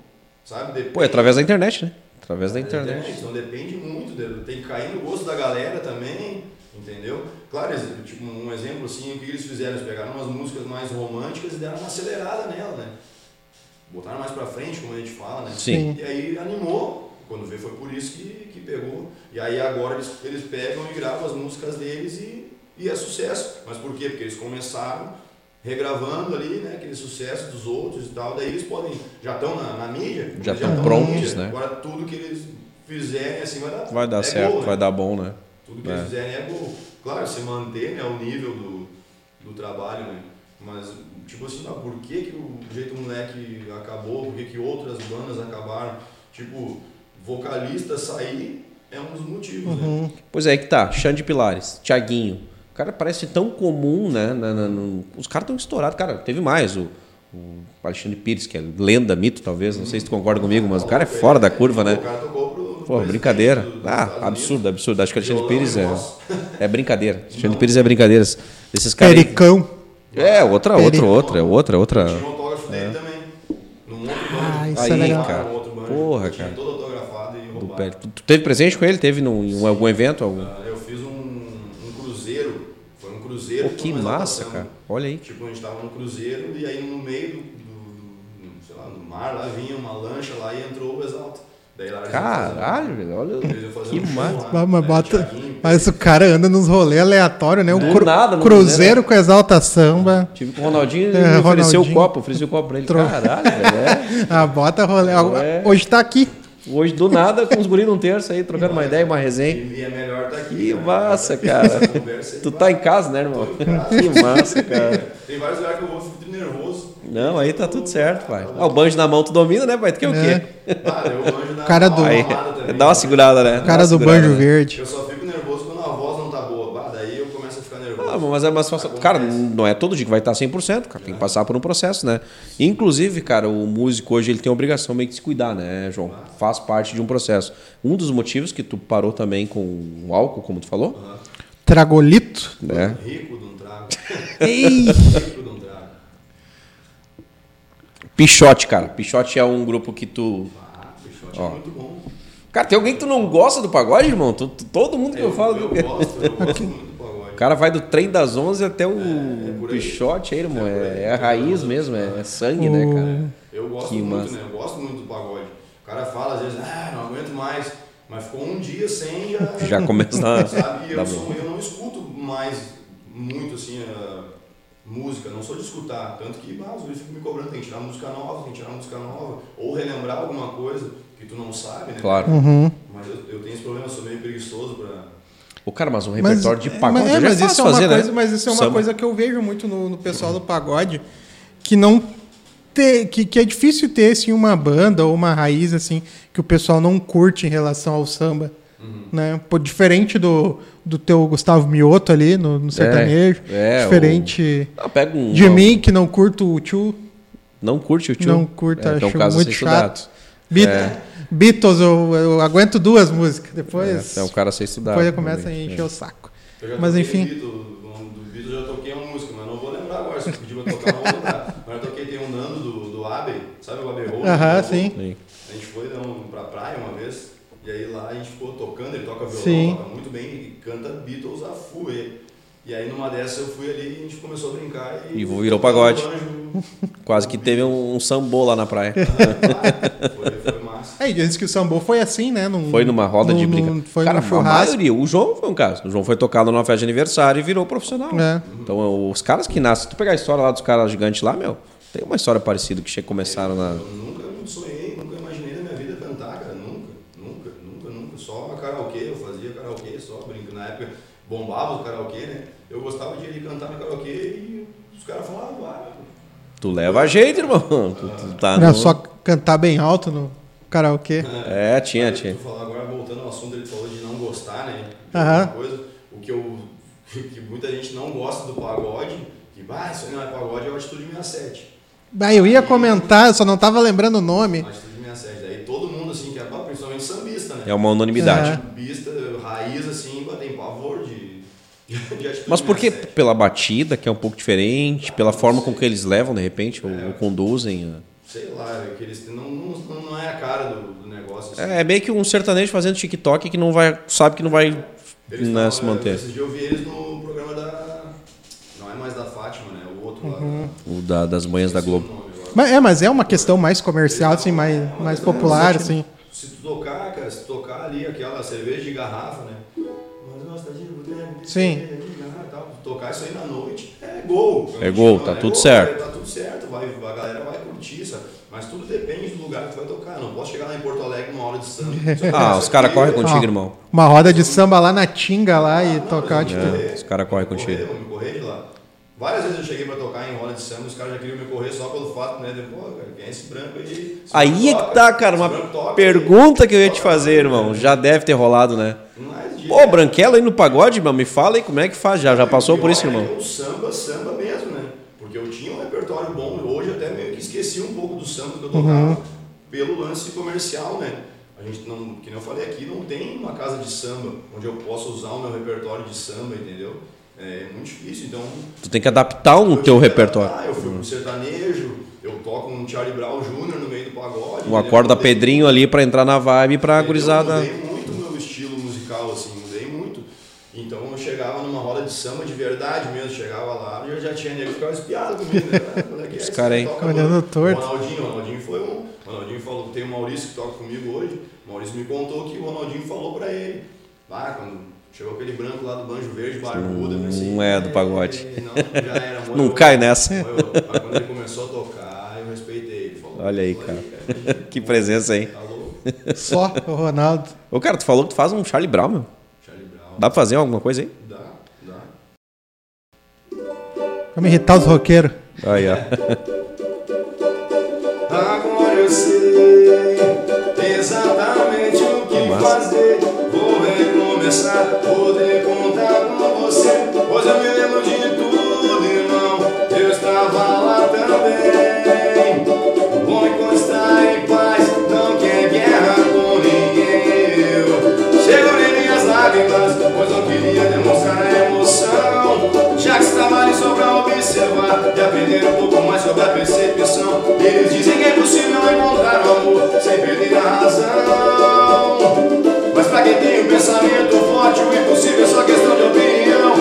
Sabe? Depois, Pô, é através da internet, né? Através da da internet. internet. Então depende muito, de- tem que cair no gosto da galera também, entendeu? Claro, eles- tipo, um exemplo assim, o que eles fizeram? Eles pegaram umas músicas mais românticas e deram uma acelerada nela, né? Botaram mais pra frente, como a gente fala, né? Sim. E aí animou, quando veio foi por isso que, que pegou. E aí agora eles, eles pegam e gravam as músicas deles e, e é sucesso. Mas por quê? Porque eles começaram regravando ali, né, aquele sucesso dos outros e tal, daí eles podem, já estão na, na mídia, Já eles tão tão na prontos, mídia. né? Agora tudo que eles fizerem assim vai dar Vai dar é certo, gol, né? vai dar bom, né? Tudo que É. eles fizerem é gol. Claro, se manter né, o nível do, do trabalho, né? Mas, tipo assim, ah, por que, que o Jeito Moleque acabou? Por que, que outras bandas acabaram? Tipo, vocalista sair é um dos motivos, né? Pois é, aí que tá. Xande Pilares, Thiaguinho. Cara, parece tão comum, né? na- na- no- Os caras estão estourados. Cara, teve mais. O, o Alexandre Pires, que é lenda, mito, talvez. Não sei se tu concorda comigo, mas o cara é fora da curva, né? O cara tocou pro... pro Pô, presidente brincadeira. do- dos Estados Ah, Unidos. absurdo, absurdo. Acho que o Alexandre Violão Pires e é, voz. é brincadeira. Alexandre Pires é brincadeira. Esses caras. aí- Pericão. É, outra, outra, Perico. outra, outra, outra. Tinha um autógrafo dele também. Num outro banjo. Ah, isso É. Aí, é legal. cara. Num outro banjo. Porra, Tinha cara. todo autografado e do roubado. Pé. Tu, tu teve presente com ele? Teve num, em algum evento? Algum? Ah, Eu fiz um, um cruzeiro. Foi um cruzeiro. Pô, que com uma massa, exaltação. cara. Olha aí. Tipo, a gente tava num cruzeiro e aí no meio do, do- do- sei lá, do mar lá vinha uma lancha lá e entrou o Exalta. Daí lá eles iam fazer- Caralho, velho. eles iam Olha fazer que um show massa. lá, Mas, mas né, bota- Thiaguinho, mas o cara anda nos rolês aleatórios, né? O Do cru- nada, no Cruzeiro com exalta samba. Tive com o Ronaldinho É, ele ofereceu Ronaldinho. o copo, ofereceu o copo pra ele. Tro- Caralho, velho. é. Ah, bota rolê. É. Hoje tá aqui. Hoje, do nada, com os guris num terço aí, trocando uma ideia, uma resenha. E é melhor tá aqui. Que né? massa, cara. Conversa aí. Tu tá em casa, né, irmão? Que massa, cara. Tem vários lugares que eu vou fico nervoso. Não, aí Hum. tá tudo certo, pai. Ah, o banjo na mão tu domina, né, pai? Tu quer o quê? Ah, eu manjo na Cara do- na Aí, balada também. dá uma segurada, né? Dá É. O uma cara do segurada, Banjo né? Verde. Eu só fico nervoso quando a voz não tá boa. Bah, daí eu começo a ficar nervoso. Ah, mas é uma situação. Cara, não é todo dia que vai estar 100%, cara. Tem que passar por um processo, né? Inclusive, cara, o músico hoje ele tem a obrigação meio que de se cuidar, né, João? Faz parte de um processo. Um dos motivos que tu parou também com o álcool, como tu falou, Tragolito. né? Rico de um trago. Ei! Rico de um trago. Pichote, cara. Pichote é um grupo que tu. Ah, pichote Ó. é muito bom. Cara, tem alguém que tu não gosta do pagode, irmão? Tu- tu- todo mundo que eu, falo. Eu gosto, eu gosto muito do pagode. O cara vai do trem das 11 até o por aí. pichote aí, irmão. É, é a raiz mesmo, é, é sangue, né, O- cara? Eu gosto Que muito, massa. né? Eu gosto muito do pagode. O cara fala às vezes, ah, não aguento mais. Mas ficou um dia sem já. Já começa a. Sabe? E Dá eu, bom. sou, eu não escuto mais muito assim a música, não sou de escutar. Tanto que bah, os guris ficam me cobrando, tem que tirar música nova, tem que tirar música nova. Ou relembrar alguma coisa que tu não sabe, né? Claro. Uhum. Mas eu, eu tenho esse problema, eu sou meio preguiçoso pra. Ô, cara, mas um repertório de pagode mas- eu é, já mas faço isso é uma fazer, coisa, né? mas isso é uma Samba. coisa que eu vejo muito no, no pessoal do pagode, que não te- que, que é difícil ter assim uma banda ou uma raiz assim que o pessoal não curte em relação ao samba, Uhum. né? Pô, diferente do, do teu Gustavo Mioto ali no, no sertanejo, é, diferente Ah, pega um... de mim que não curto o Tio, Não curte o tio? não curto, É, então, acho caso a muito ser chato. estudado. Beat- É. Beatles, eu, eu aguento duas músicas, depois É, é um cara a ser estudado. É, depois começa a realmente. encher o saco. Eu já Mas toquei enfim. Beatles, um do Beatles eu já toquei uma música, mas não vou lembrar agora. Se pedir pra tocar, não vou lembrar. Mas eu toquei, tem um Nando do, do Abbey, sabe o Abbey Road? Aham, sim. Sim. A gente foi dar um, pra praia uma vez, e aí lá a gente ficou tocando, ele toca violão, Sim. toca muito bem, e canta Beatles a full. E, e aí numa dessa eu fui ali e a gente começou a brincar e. E virou pagode. Banjo. Quase que teve um, um sambô lá na praia. foi, foi massa. É, e diz que o Sambo foi assim, né? Num- Foi numa roda de num- brincadeira. num- Foi cara, num a churrasco. maioria. O João foi um caso. O João foi tocado numa festa de aniversário e virou profissional. É. Então, os caras que nascem... Se tu pegar a história lá dos caras gigantes lá, meu... Tem uma história parecida que che- começaram na... Eu nunca sonhei, nunca imaginei na minha vida cantar, cara. Nunca, nunca, nunca, nunca. Só karaokê, eu fazia karaokê, só brinco. Na época bombava o karaokê, né? Eu gostava de ir cantar no karaokê e os caras falavam, ah, Tu leva jeito, irmão. Tu, tu tá Era no- só cantar bem alto no karaokê. É, tinha, Aí, tinha. tu falar agora, voltando ao assunto, ele falou de não gostar, né? de Aham. alguma Coisa, o que eu. que muita gente não gosta do pagode, que, ah, isso aí não é pagode, é o Atitude 67. Bah, eu ia comentar, eu só não tava lembrando o nome. Atitude 67. Daí todo mundo, assim, que é, pá, principalmente sambista, né? É uma unanimidade. É. Sambista, raiz, assim, pá, tem pavor de. de atitude né? Mas por que 67. pela batida, que é um pouco diferente, pela forma com que eles levam, de repente, ou, ou conduzem? né? Sei lá, é que eles têm- não, não, não é a cara do, do negócio. assim. É, é meio que um sertanejo fazendo TikTok que não vai, sabe que não vai Eles né, tavam- se manter. Esses dias eu vi eles no programa da. Não é mais da Fátima, né? O outro lá. O da- das manhãs da Globo. Não, agora. Mas, é, mas é uma questão mais comercial, assim, mais, mais popular, assim. Se tu tocar, cara, se tu tocar ali aquela cerveja de garrafa, né? Mas nossa, tá de boteco, de Sim. cerveja de garrafa e tal. Tocar isso aí na noite é gol. É gol, tá É tudo certo. Tá tudo certo, vai, a galera vai curtir, sabe? Mas tudo depende do lugar que tu vai tocar. Não posso chegar lá em Porto Alegre numa hora de samba. Ah, os caras correm Ah, contigo, irmão. uma roda de samba lá na Tinga lá e tocar, tipo. É, os caras correm contigo. Correr, me correr de lá. Várias vezes eu cheguei pra tocar em roda de samba, os caras já queriam me correr só pelo fato, né? de, Pô, cara, quem é esse branco aí? Esse Aí é branco que toca, tá, cara, esse uma branco toca, pergunta que eu ia te toca, fazer, irmão. Já deve ter rolado, né? Mas, de- Pô, Branquelo aí no pagode, irmão, me fala aí como é que faz. Já, já passou por isso, Pior é irmão? o samba, samba mesmo, né? Porque eu tinha um repertório bom, hoje até meio que esqueci um pouco do samba que eu tocava pelo lance comercial, né? A gente não, que nem eu falei aqui, não tem uma casa de samba onde eu possa usar o meu repertório de samba, entendeu? É muito difícil, então. Tu tem que adaptar o eu teu tive que repertório. adaptar, Eu fui pro sertanejo, eu toco um Charlie Brown Jr. no meio do pagode. Um acorda entendeu? Pedrinho ali pra entrar na vibe pra Entendeu? Tá gurizada. Mudei muito o meu estilo musical, assim, mudei muito. Então eu chegava numa roda de samba de verdade mesmo, chegava lá e eu já tinha nego que ficava espiado comigo, né? Ah, moleque, esse cara aí, toca olhando muito. torto. O Ronaldinho, o Ronaldinho foi um. O Ronaldinho falou que tem o Maurício que toca comigo hoje. O Maurício me contou que o Ronaldinho falou pra ele. Ah, quando chegou aquele branco lá do Banjo Verde, barbudo, eu pensei, Não é do pagode. "Eh, Não, já era, amor, Não eu- cai nessa. amor, eu-" Mas quando ele começou a tocar, eu respeitei ele. Falou, Olha aí, "Olha cara. imagina, Que presença, hein? Tá louco. Só o Ronaldo. Ô, cara, tu falou que tu faz um Charlie Brown, meu. Charlie Brown. Dá pra fazer alguma coisa aí? Dá, dá. Vamos irritar os roqueiros. Aí, ó. Agora eu sei exatamente o que fazer. Vou recomeçar, poder contar com você. Pois eu me lembro de tudo, irmão. Eu estava lá também. O bom enquanto está em paz, não quer guerra com ninguém. Eu chego nem minhas lágrimas, pois não queria demonstrar a emoção. Já que estava ali só pra observar e aprender um pouco mais sobre a percepção. Eles dizem que é possível encontrar o amor sem perder a razão. Mas pra quem tem um pensamento forte, o impossível é só questão de opinião.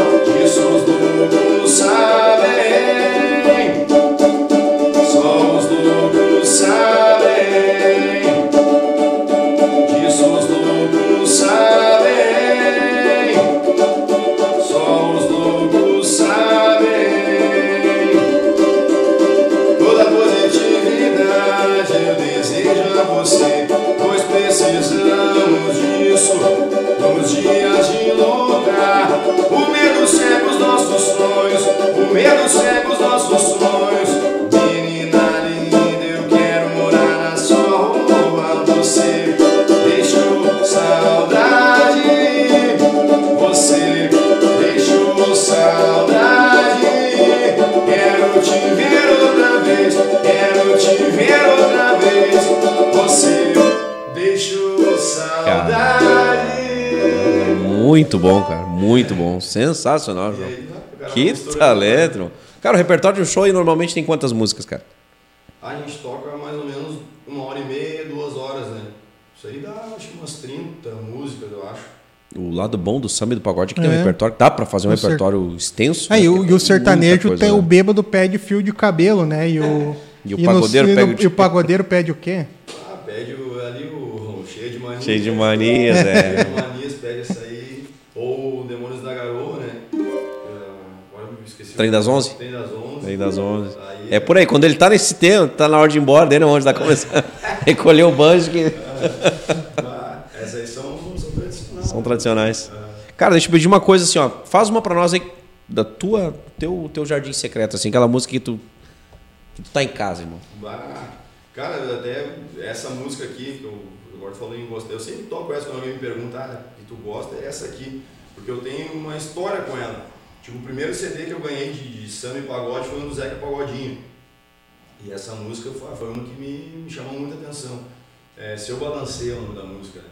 Isso os loucos sabem. Só os loucos sabem. Disso os loucos sabem. Só os loucos sabem. Toda positividade eu desejo a você, pois precisamos disso nos dias de lutar. O medo cega os nossos sonhos, o medo cega os nossos sonhos. Menina linda, eu quero morar na sua rua. Você deixou saudade, você deixou saudade. Quero te ver outra vez, quero te ver outra vez. Você deixou saudade. Muito bom, cara. Muito bom. Sensacional, João. Que talento, mano. Cara, o repertório de um show aí normalmente tem quantas músicas, cara? A gente toca mais ou menos uma hora e meia, duas horas, né? Isso aí dá acho que umas 30 músicas, eu acho. O lado bom do samba e do pagode é que tem um É. repertório. Dá pra fazer um Com cer- repertório extenso. Aí, né? o, Tem Ah, e o muita sertanejo coisa, tem né? o bêbado pede fio de cabelo, né? E o, E o no- pagodeiro e no- pega o- e o pagodeiro pede o quê? Ah, pede o- ali o cheio de mania. Cheio de manias, Cheio é. de manias, pede essa aí. Ou o Demônios da Garoa, né? É, Agora eu me esqueci. Trem das Onze? Trem das 11. Aí das 11. Aí- É por aí, quando ele tá nesse tempo, tá na hora de ir embora, dele onde tá começando. Recolher o banjo que Ah, essas aí são, são tradicionais. são tradicionais. Cara, deixa eu pedir uma coisa assim, ó. Faz uma pra nós aí da tua, teu, teu jardim secreto, assim, aquela música que tu, que tu tá em casa, irmão. Bah, Cara, até essa música aqui, que eu eu agora falei em gostar, eu sempre toco essa quando alguém me perguntar "Ah, que tu gosta, é essa aqui, porque eu tenho uma história com ela. Tipo, o primeiro CD que eu ganhei de, de samba e pagode foi um do Zeca Pagodinho. E essa música foi, foi uma que me, me chamou muita atenção. É, Seu Balancei é o nome da música. né?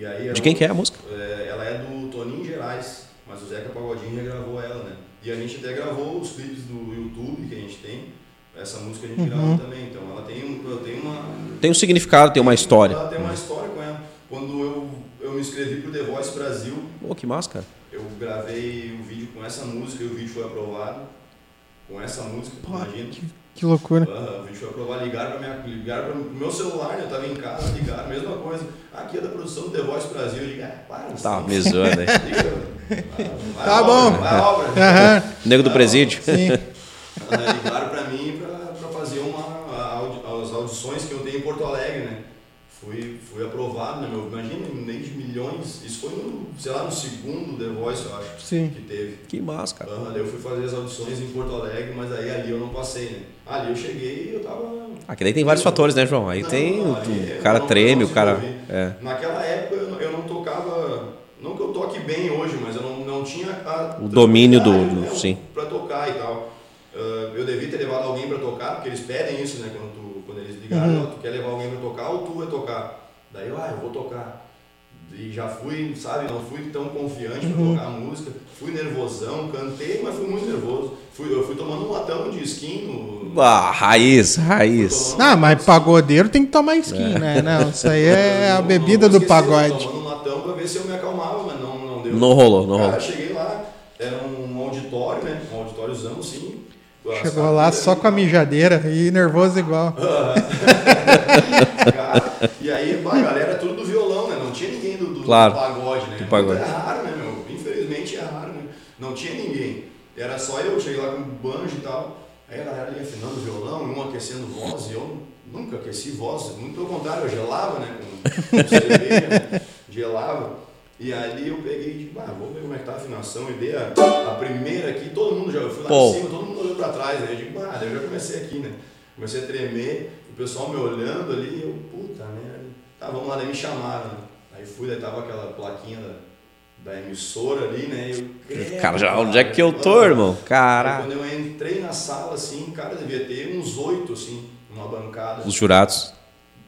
E aí era De quem uma- que é a música? é, ela é do Toninho Gerais, mas o Zeca Pagodinho regravou ela, né? E a gente até gravou os clipes do YouTube que a gente tem. Essa música a Uhum. gente gravou também, então ela tem, um, eu tenho uma. Tem um significado, tem uma história. Ela tem uma história com ela. Quando eu, eu me inscrevi pro The Voice Brasil, Pô, que massa, cara. eu gravei um vídeo com essa música e o vídeo foi aprovado. Com essa música, imagina. Que loucura. Ah, o vídeo foi aprovado, ligaram para ligaram pra- pro meu celular, né? eu tava em casa, ligaram, mesma coisa. Aqui é da produção do The Voice Brasil, eu digo, ah, para, não Tá sei. mesando aí. Tá Tá bom. Vai, Albert. Aham, Nego do presídio. sim. Ah, Ligaram pra mim pra, pra fazer uma, a audi- as audições que eu tenho em Porto Alegre, né? Fui, fui aprovado, né, meu? Imagina, nem de milhões. Isso foi, no, sei lá, no segundo The Voice, eu acho, Sim. que teve. Que massa, cara. Ah, daí eu fui fazer as audições em Porto Alegre, mas aí ali eu não passei, né? Ali eu cheguei e eu tava Aqui Ah, daí tem vários fatores, né, João? Aí Não, tem. não, o- aí o cara eu não- treme, eu não o cara. desenvolvi. É. Naquela época eu, não- eu não tocava, não que eu toque bem hoje, mas eu não, não tinha a O domínio do- tranquilidade, do- sim. Pra tocar e tal. Ah, eu devia ter levado alguém pra tocar, porque eles pedem isso, né? Quando, tu- quando eles ligaram, "Ó, tu quer levar alguém pra tocar ou tu vai tocar? Daí eu, ah, eu vou tocar. E já fui, sabe, não fui tão confiante pra tocar a música. Fui nervosão, cantei, mas fui muito nervoso. Fui, eu fui tomando um latão de skin no. Ah, raiz, raiz. Ah, mas pagodeiro tem que tomar skin, né? Não, isso aí é a Eu não- bebida não do esqueci, eu pagode. Tomando um latão pra ver se eu me acalmava, mas não, não deu. Não rolou, não Cara, rolou. cheguei lá, era um auditório, né? Um auditóriozão, sim. As Chegou lá cadeiras só ali, com a mijadeira e nervoso igual. cara. E aí, bah, a galera tudo do violão, né? Não tinha ninguém do, do- Claro, do pagode, né? do pagode. É raro, né, meu? Infelizmente é raro, né? Não tinha ninguém. Era só eu, cheguei lá com banjo e tal. Aí a galera ali afinando o violão, um aquecendo voz e eu Nunca aqueci voz, muito pelo contrário, eu gelava, né? Com com cerveja, né? gelava. E ali eu peguei e disse, ah, vou ver como é que tá a afinação, e dei a, a primeira aqui, todo mundo já, eu fui lá Pô. em cima, todo mundo olhou pra trás, né? Eu digo, ah, daí eu já comecei aqui, né? Comecei a tremer, o pessoal me olhando ali, e eu, puta merda. Tá, vamos lá, daí me chamaram. né? Aí fui, daí tava aquela plaquinha da, da emissora ali, né? E eu, Cara, já, onde é que eu tô, irmão? Aí Caraca. Quando eu entrei na sala, assim, cara, devia ter uns oito, assim, numa bancada, Os jurados.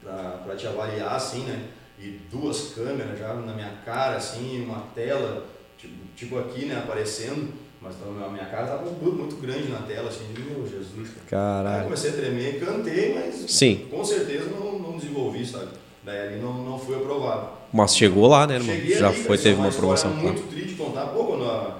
pra, pra te avaliar, assim, né? E duas câmeras já na minha cara, assim, uma tela, tipo, tipo aqui, né, aparecendo. Mas tava- a minha cara tava muito, muito grande na tela, assim, de, meu Jesus, cara. Aí eu Caralho. comecei a tremer, cantei, mas Sim. com certeza não, não desenvolvi, sabe? Daí ali não, não fui aprovado. Mas chegou lá, né, irmão? Cheguei Já ali, foi, cara, teve isso é uma aprovação. tá. história muito triste de contar. Pô, quando, a-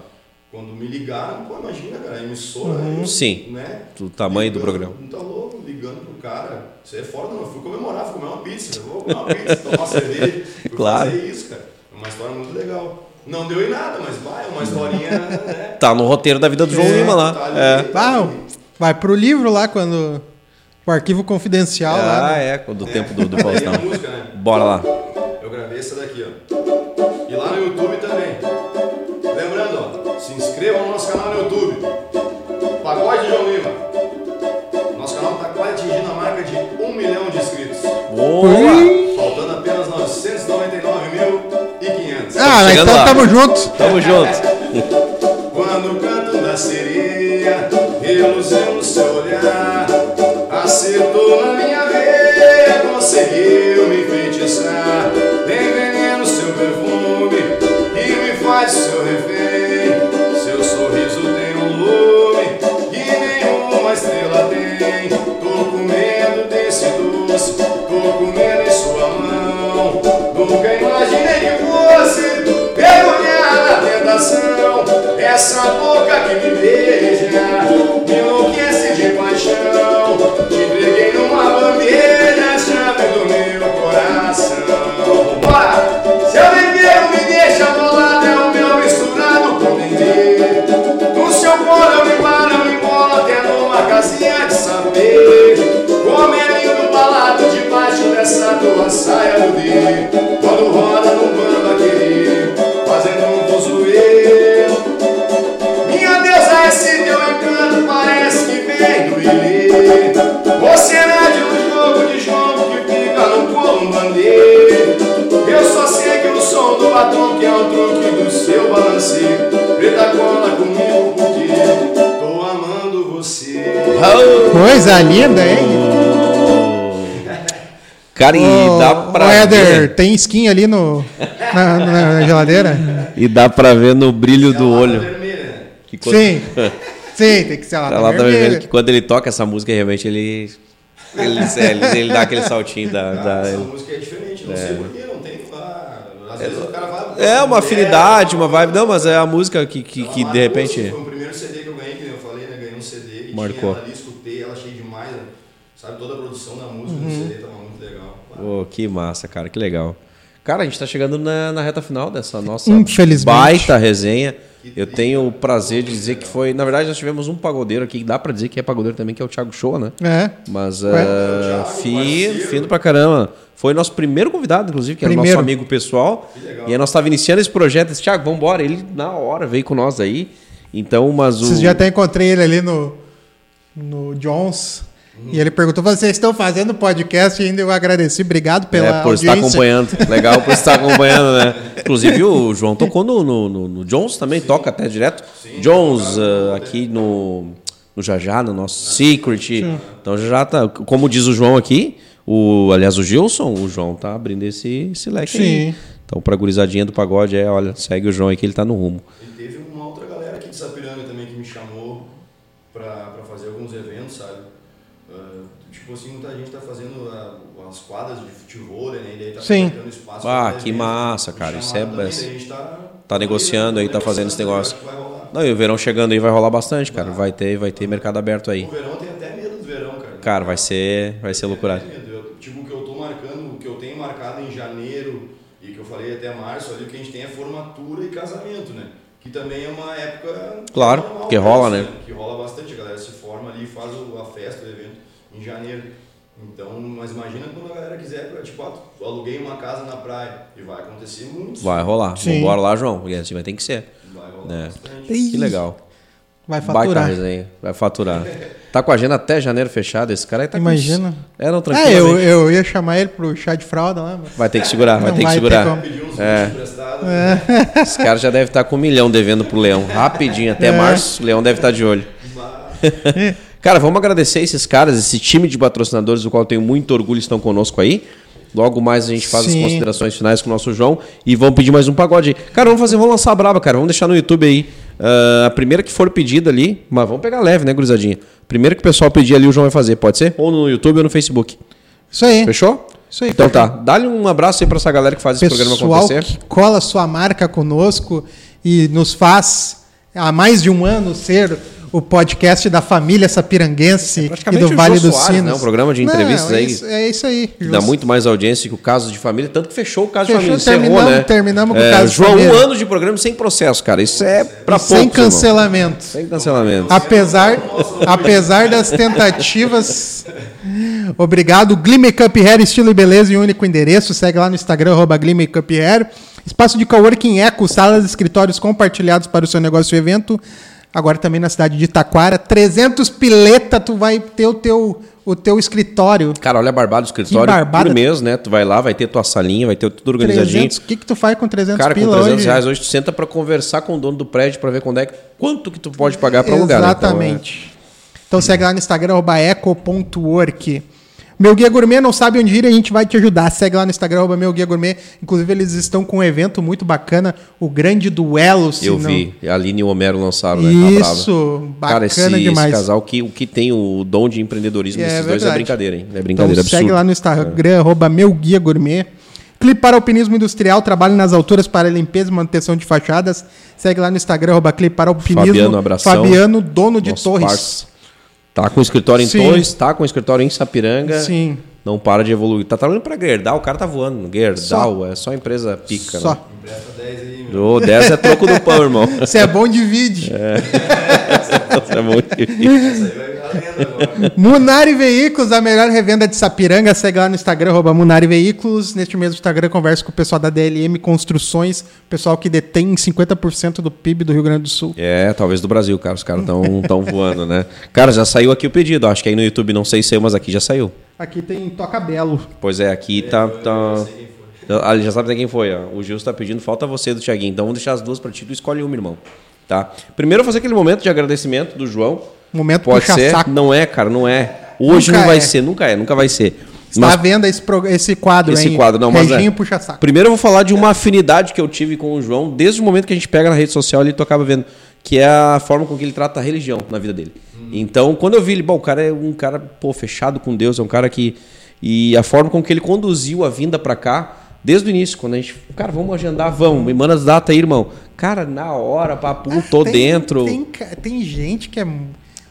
quando me ligaram, pô, imagina, cara, a emissora. eu- Sim. Né? Do tamanho do Ligando, programa. Não tá louco, ligando pro cara. Isso é fora do. Eu fui comemorar, fui comer uma pizza. Eu vou comer uma pizza, tomar uma cerveja. Fui Claro. fazer isso, cara. É uma história muito legal. Não deu em nada, mas vai, é uma historinha, né? Tá no roteiro da vida do João É, Lima lá. tá ali, É. Ah, vai pro livro lá quando. O arquivo confidencial lá. Ah, né? é, do né? tempo do, do Daí a Faustão. música, né? Bora lá. Eu gravei essa daqui, ó. E lá no YouTube também. Lembrando, ó, se inscreva no nosso canal no YouTube. Pagode João Lima. Nosso canal tá quase atingindo a marca de um milhão de inscritos. Boa! Faltando apenas 999.500. Ah, mas chegando então lá. tamo junto. Tamo junto. Quando o canto da sereia reluzeu no seu olhar, acertou na minha veia, conseguiu me enfeitiçar. Tem veneno seu perfume que me faz seu refém. Seu sorriso tem um lume que nenhuma estrela tem. Tô com medo desse doce, tô com medo em sua mão. Nunca imaginei que fosse mergulhar na tentação. Essa boca que me beija, me enlouquece de paixão. Te peguei numa bandeira, chave do meu coração. Bora! Se eu beber, me deixa bolado, é o meu misturado com bebê. No seu é um colo eu me paro, eu me embolo até numa casinha de saber. Como é lindo o balado debaixo dessa tua saia do Quando roda no bando aquele, fazendo um fuzuê. Minha deusa, esse teu encanto parece que vem do Irê. Ou será de um jogo de jogo que fica no columbandê? Eu só sei que o som do batom que é o truque do seu balancê. Preta cola comigo porque tô amando você. Coisa linda, hein? Cara, e dá Ô, pra ô, ver. Éder, tem skin ali no, na, na- na geladeira? E dá pra ver no brilho do Ela tá olho. vermelha. Que quando- Sim. Sim, tem que ser a Tá lata, lá tá vermelha. vermelho que quando ele toca essa música, realmente ele. Ele, é, ele, ele dá aquele saltinho da. Ah, da- essa música é diferente, não sei porquê, não tem. ah, Às vezes o cara vai. É uma afinidade, uma vai. vibe. Não, mas é a música que, que, que Ela de marcou, assim, repente. Foi o primeiro CD que eu ganhei, que nem eu falei, né? Ganhei um CD e Marcou. tinha ela ali, escutei, ela achei demais, né? sabe? Toda a produção da música do CD tava muito legal. Pô, que massa, cara, que legal. Cara, a gente tá chegando na, na reta final dessa nossa Infelizmente. baita resenha. Eu triste, tenho o prazer de dizer que foi. Na verdade, nós tivemos um pagodeiro aqui, que dá pra dizer que é pagodeiro também, que é o Thiago Show, né? É. Mas Ué. ah, Thiago, fi- parceiro. fino pra caramba. Foi nosso primeiro convidado, inclusive, que era Primeiro. nosso amigo pessoal. legal. E aí nós tava iniciando esse projeto, disse, Thiago, vambora. Ele na hora veio com nós aí. Então, mas o. Esses dias até encontrei ele ali no, no Jones. E ele perguntou: vocês estão fazendo podcast? E ainda eu agradeci, obrigado pela É, por estar audiência. acompanhando. Legal por estar acompanhando, né? Inclusive, o João tocou no, no, no- no Jones também, toca até direto. Jones, ah, aqui no, no Jajá, no nosso Secret. Então já tá. Como diz o João aqui, o, aliás, o Gilson, o João tá abrindo esse, esse leque aí. Sim. Então, pra gurizadinha do pagode, é, olha, segue o João aí que ele tá no rumo. E teve uma outra galera aqui de Sapiranga também que me chamou pra, pra fazer alguns eventos, sabe? Ah, tipo assim, muita gente tá fazendo ah, as quadras de futebol, né? E daí tá Sim. aproveitando espaço. Ah, pra fazer que evento. massa, Me cara, isso chamaram é também, best. daí a gente tá, Tá negociando aí, tá fazendo esse negócio. Vai rolar. Não, e o verão chegando aí vai rolar bastante, cara. Vai ter, vai ter mercado aberto aí. O verão tem até medo do verão, cara. Cara, vai ser, vai ser loucura. É, eu- Tipo, o que eu tô marcando, o que eu tenho marcado em janeiro e que eu falei até março ali, o que a gente tem é formatura e casamento, né? Que também é uma época. Claro, que rola, assim, né? Que rola bastante, a galera se forma ali e faz o- a festa, o evento em janeiro. Então, mas imagina quando a galera quiser, tipo, ah, tu aluguei uma casa na praia. E vai acontecer muito. Vai rolar. Sim. Vambora lá, João. Porque assim, mas tem que ser. Vai rolar Né? bastante. Ih, Que legal. Vai Baita faturar. resenha. Vai faturar. Tá com a agenda até janeiro fechada. Esse cara aí tá com Imagina. uns- É, não, É, tranquilo. eu, eu ia chamar ele pro chá de fralda lá, mas... Vai ter que segurar, vai Não ter que vai ter segurar. como. Pedir uns É. é. emprestados. Esse cara já deve estar com um milhão devendo pro Leão. Rapidinho, até É. março, o Leão deve estar de olho. cara, vamos agradecer esses caras, esse time de patrocinadores, do qual eu tenho muito orgulho, estão conosco aí. Logo mais a gente faz Sim. as considerações finais com o nosso João e vamos pedir mais um pagode. aí. Cara, vamos fazer, vamos lançar a braba, cara. Vamos deixar no YouTube aí. ah, a primeira que for pedida ali, mas vamos pegar leve, né, gurizadinha? Primeiro que o pessoal pedir ali, o João vai fazer, pode ser? Ou no YouTube ou no Facebook. Isso aí. Fechou? É. Isso aí, Então fechou. tá. Dá-lhe um abraço aí pra essa galera que faz esse programa pessoal acontecer. que cola sua marca conosco e nos faz há mais de um ano ser o podcast da família sapiranguense e É, praticamente do o Vale Jô dos Soares, Sinos. né? Um programa de entrevistas é aí. Isso, é isso aí. Que Jô. dá muito mais audiência que o caso de família, tanto que fechou o caso Fechou, de família, encerrou, terminamos- né? terminamos com o É, caso de João, um família. ano de programa sem processo, cara. Isso é pra poucos, sem irmão. cancelamento. Sem cancelamento. Apesar, apesar das tentativas. Obrigado. Glee Makeup Hair, estilo e beleza e único endereço. Segue lá no Instagram, arroba Glee Makeup Hair. Espaço de coworking eco, salas e escritórios compartilhados para o seu negócio e evento. Agora também na cidade de Taquara. 300 pileta, tu vai ter o teu, o teu escritório. Cara, olha a barbada do escritório barbada. por mês, né? Tu vai lá, vai ter tua salinha, vai ter tudo organizadinho. 300, o que, que tu faz com 300 Cara, com pila 300 hoje? reais hoje tu senta pra conversar com o dono do prédio pra ver quando é que- quanto que tu pode pagar pra alugar. né? Então, Exatamente. Então segue lá no Instagram, arroba eco.work. Meu Guia Gourmet não sabe onde ir, a gente vai te ajudar. Segue lá no Instagram, arroba Meu Guia Gourmet. Inclusive, eles estão com um evento muito bacana, o Grande Duelo. é, se eu não- vi. A Aline e o Homero lançaram, né? Na Brava. Isso, Cara, bacana esse, esse demais. casal, que, o que tem o dom de empreendedorismo É desses dois é verdade. brincadeira, hein? É Então brincadeira absurda. segue lá no Instagram, arroba meu guia gourmet. Clipe para alpinismo industrial, trabalho nas alturas para limpeza e manutenção de fachadas. Segue lá no Instagram, arroba clipe para alpinismo. Fabiano, abração. Fabiano, dono de Nosso Torres. parça. Tá com escritório em Sim. Torres, tá com escritório em Sapiranga. Sim. Não para de evoluir. Tá trabalhando pra Gerdau, o cara tá voando. Gerdau, é só empresa pica. Só. Né? Empresta 10 aí, meu. Ô, 10 é troco do pão, irmão. Se é bom, divide. é muito difícil. Isso aí vai virar lenda agora. Munari Veículos, a melhor revenda de Sapiranga. Segue lá no Instagram, arroba Munari Veículos. Neste mesmo Instagram, converso com o pessoal da DLM Construções, pessoal que detém 50% do PIB do Rio Grande do Sul. É, talvez do Brasil, cara. Os caras tão, tão voando, né? Cara, já saiu aqui o pedido. Acho que aí no YouTube não sei se saiu, mas aqui já saiu. Aqui tem Toca Belo. Pois é, aqui tá. tá... Ali já sabe até quem foi, ó. O Gilson tá pedindo, falta você do Thiaguinho. Então vamos deixar as duas pra ti, tu escolhe uma, irmão. Tá? Primeiro eu vou fazer aquele momento de agradecimento do João. Momento Pode puxa ser? saco. Não é, cara, não é. Hoje Nunca não vai é. ser, nunca é, nunca vai ser. Está à venda esse, prog- esse quadro, esse hein? quadro, não, mas Reginho é. puxa saco. Primeiro eu vou falar de uma afinidade que eu tive com o João, desde o momento que a gente pega na rede social, ele tu acaba vendo, que é a forma com que ele trata a religião na vida dele. Então, quando eu vi ele, bom, o cara é um cara, pô, fechado com Deus, é um cara que e a forma com que ele conduziu a vinda pra cá, desde o início, quando a gente, cara, vamos agendar, vamos, me manda as datas aí, irmão. Cara, na hora, papo, tô Ah, Tem- dentro. Tem, ca- tem gente que é.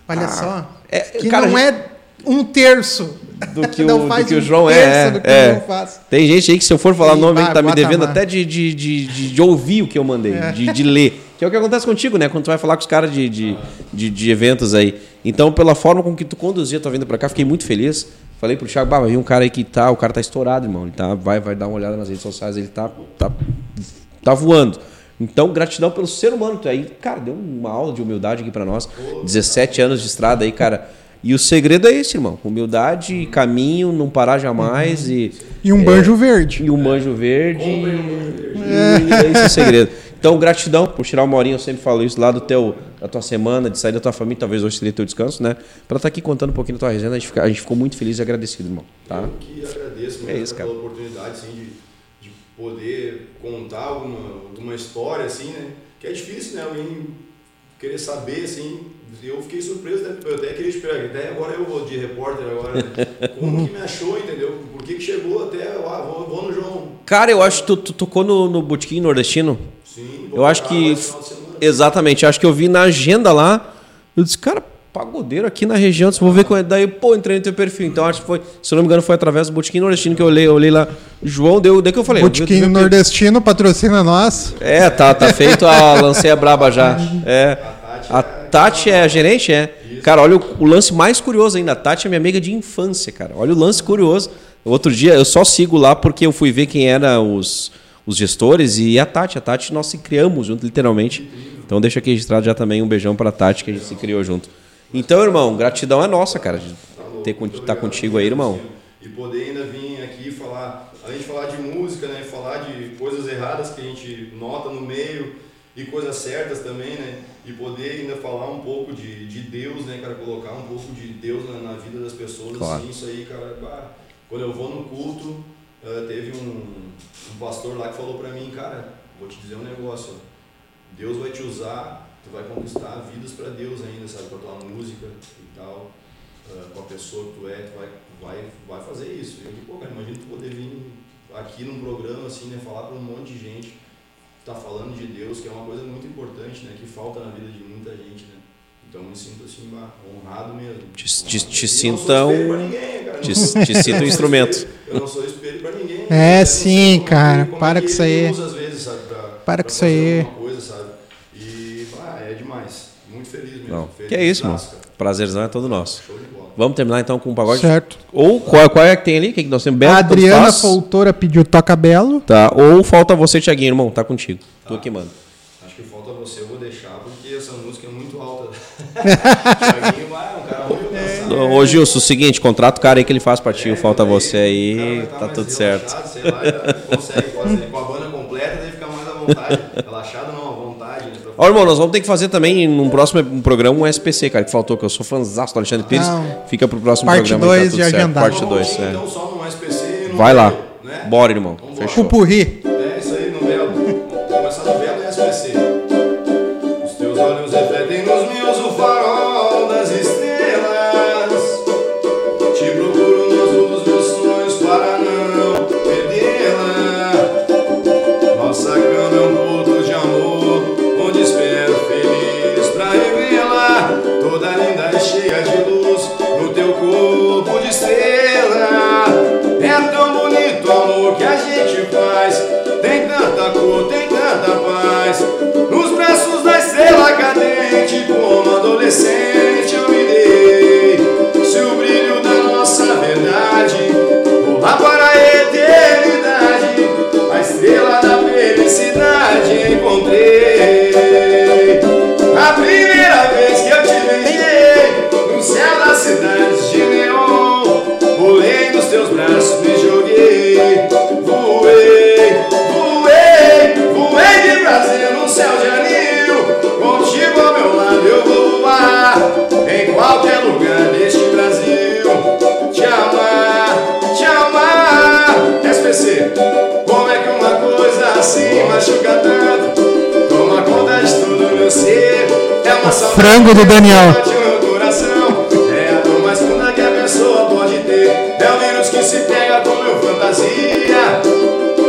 Olha só. é, que cara, não a é um terço do que, Não o, do faz que o um João é. terço é, do que é. eu faço. Tem gente aí que se eu for falar Sim, nome, aí pá, tá me Guatamar. devendo até de, de, de, de, de ouvir o que eu mandei, de, de ler. Que é o que acontece contigo, né? Quando tu vai falar com os caras de, de, de, de eventos aí. Então, pela forma com que tu conduzia tua vinda pra cá, fiquei muito feliz. Falei pro Thiago, bah, vai vir um cara aí que tá, o cara tá estourado, irmão. Ele tá, vai, vai dar uma olhada nas redes sociais, ele tá, tá, tá voando. Então, gratidão pelo ser humano. Tu Aí, cara, deu uma aula de humildade aqui pra nós. 17 anos de estrada aí, cara. E o segredo é esse, irmão. Humildade, caminho, não parar jamais e E um É. banjo verde. e o manjo verde. um E esse é o segredo. Então, gratidão por tirar uma horinha, eu sempre falo isso, lá do teu, da tua semana, de sair da tua família, talvez hoje seria teu descanso, né? Pra estar aqui contando um pouquinho da tua resenha, a gente, fica- a gente ficou muito feliz e agradecido, irmão. Tá? Eu que agradeço, mano, É isso, cara. pela oportunidade, assim, de, de poder contar alguma, alguma história, assim, né? Que é difícil, né? Alguém querer saber, assim. Eu fiquei surpreso, né? Eu até queria te pegar, até agora eu vou de repórter agora. Como que me achou, entendeu? Por que que chegou até, ah, vou, vou no João. Cara, eu acho que tu, tu tocou no, no botequim nordestino. Sim, Eu acho voltar lá que. esse final de semana. Exatamente, acho que eu vi na agenda lá. Eu disse, cara, pagodeiro aqui na região, disse, vou ver qual é. Daí, pô, entrei no teu perfil. Então, acho que foi, se eu não me engano, foi através do Botequim Nordestino que eu olhei, eu olhei lá. João deu, daí que eu falei. eu vi o teu Botiquinho nordestino patrocina nós. É, tá, tá feito a lancei a braba já. É. A Tati A Tati é a gerente, é? Cara, olha o, o lance mais curioso ainda. A Tati é minha amiga de infância, cara. Olha o lance curioso. Outro dia eu só sigo lá porque eu fui ver quem eram os, os gestores e a Tati. A Tati nós se criamos junto, literalmente. Então deixa aqui registrado já também um beijão pra Tati que a gente se criou junto. Então, irmão, gratidão é nossa, cara, de ter, con- tá contigo aí, irmão. E poder ainda vir aqui falar, além de falar de música, né? Falar de coisas erradas que a gente nota no meio e coisas certas também, né? E poder ainda falar um pouco de, de Deus, né, cara? Colocar um pouco de Deus na, na vida das pessoas, Claro. assim, isso aí, cara. bah, quando eu vou no culto, eh, teve um, um pastor lá que falou pra mim, cara, vou te dizer um negócio, ó. Deus vai te usar, tu vai conquistar vidas pra Deus ainda, sabe? Com a tua música e tal, ah, com a pessoa que tu é, tu vai, vai, vai fazer isso. Eu digo, pô, cara, imagina tu poder vir aqui num programa assim, né? Falar pra um monte de gente que tá falando de Deus, que é uma coisa muito importante, né? Que falta na vida de muita gente, né? Então eu me sinto assim, bah, honrado mesmo. Te- te- te E não sinto sou espelho um- pra ninguém, cara. Te, Não- te cito um instrumento. eu não sou espelho pra ninguém. né? É, Eu não sim, sei como cara, é que- como para é que com isso ele aí. usa às vezes, sabe, pra- Para pra com isso fazer aí. alguma coisa, sabe? E, ah, é demais. Muito feliz mesmo. Não. Feliz Que é isso, mano. desasca. Prazerzão é todo nosso. Show de bola. Vamos terminar então com um pagode. Certo. Ou qual, qual é que tem ali? O que, que nós temos? Belo, a Adriana Tantos Passos? Foltora pediu Toca Belo. Tá. Ou falta você, Tiaguinho, irmão. Tá contigo. Tu aqui, mano. Acho que falta você, eu vou deixar, porque essa música é muito alta. Thiaguinho, vai, é um cara muito cansado. Ô, Gilson, o seguinte, contrata o cara aí que ele faz pra ti. o falta daí você o cara aí. vai tá Tá mais tudo relaxado, certo. Sei lá, já consegue fazer com a banda completa, daí fica mais à vontade. Relaxado não, à vontade. Né, pra Ó, irmão, nós vamos ter que fazer também num próximo programa um SPC, cara, que faltou, que eu sou fãzaço do Alexandre Pires. Não. Fica pro próximo Parte programa. aí, tá dois tudo de certo. agendar. Parte 2, é. Então só no SPC e no Vai lá. Belo, né? Bora, irmão. Vambora. Fechou. Pupurri. É isso aí, no Belo. Vamos começar no Belo e SPC. Os teus olhos refletem nos meus o farol das estrelas. Te procuro nos dos meus sonhos para não perdê-la. Nossa cama é um culto de amor, onde espero feliz pra revê-la. Toda linda e cheia de luz, no teu corpo de estrela. É tão bonito o amor que a gente faz, tem tanta cor, tem tanta paz. Nos braços da estrela cadente, como adolescente eu me dei. Se o brilho da nossa verdade rolar para a eternidade, a estrela da felicidade encontrei. A primeira vez que eu te beijei, no céu da cidade de neon, pulei nos teus braços, me joguei, voei, voei, voei de prazer no céu de anil. Contigo ao meu lado eu vou voar, em qualquer lugar deste Brasil. Te amar, te amar. SPC, como é que uma coisa assim machuca tanto? Toma conta de tudo meu ser. É uma saudade Frango do Daniel. bate no coração É a dor mais funda que a pessoa pode ter É o vírus que se pega com meu fantasia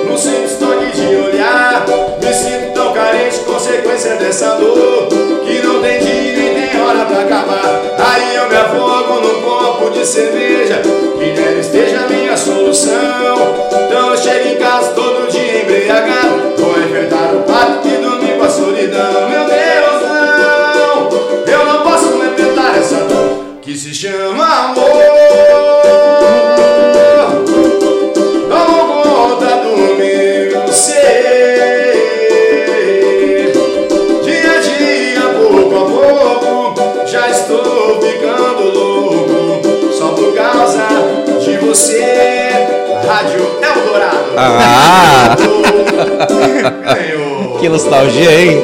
Não sinto estoque de olhar Me sinto tão carente, consequência dessa dor Que não tem dia e nem tem hora pra acabar Aí eu me afogo num copo de cerveja Que nela esteja a minha solução Então eu chego em casa todo dia embriagado Vou enfrentar o pato que dormi com a solidão Meu Deus, não! Eu não posso lamentar essa dor que se chama amor. Tomo conta do meu ser. Dia a dia, pouco a pouco, já estou ficando louco. Só por causa de você. Rádio Eldorado. Ah! Ganhou. Que nostalgia, hein?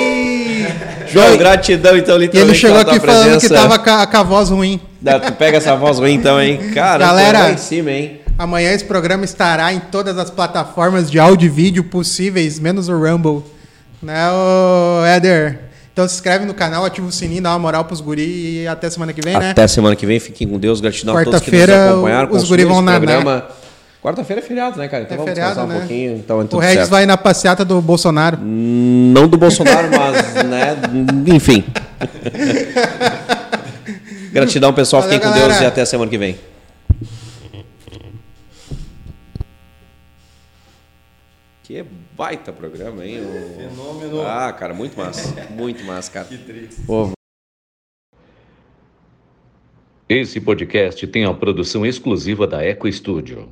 João, gratidão então, E ele literalmente, chegou pela tua aqui falando que presença. tava com a, com a voz ruim. Dá- tu pega essa voz ruim então, hein? Cara, Galera. tu é lá em cima, hein? Amanhã esse programa estará em todas as plataformas de áudio e vídeo possíveis, menos o Rumble. Né, ô, Éder? Então se inscreve no canal, ativa o sininho, dá uma moral pros guri e até semana que vem, né? Até semana que vem, fiquem com Deus. Gratidão a todos que nos Quarta-feira, acompanharam. os consumem guri vão esse nanar. programa. Quarta-feira é feriado, né, cara? Então É vamos feriado, descansar um né? pouquinho. Então, é tudo O Regis certo. vai na passeata do Bolsonaro. Não do Bolsonaro, mas, né? Enfim. Gratidão, pessoal. Valeu, Fiquem com galera. Deus e até a semana que vem. Que baita programa, hein? ô? Fenômeno. Ah, cara, muito massa. Muito massa, cara. Que triste. Ô, Esse podcast tem a produção exclusiva da Eco Studio.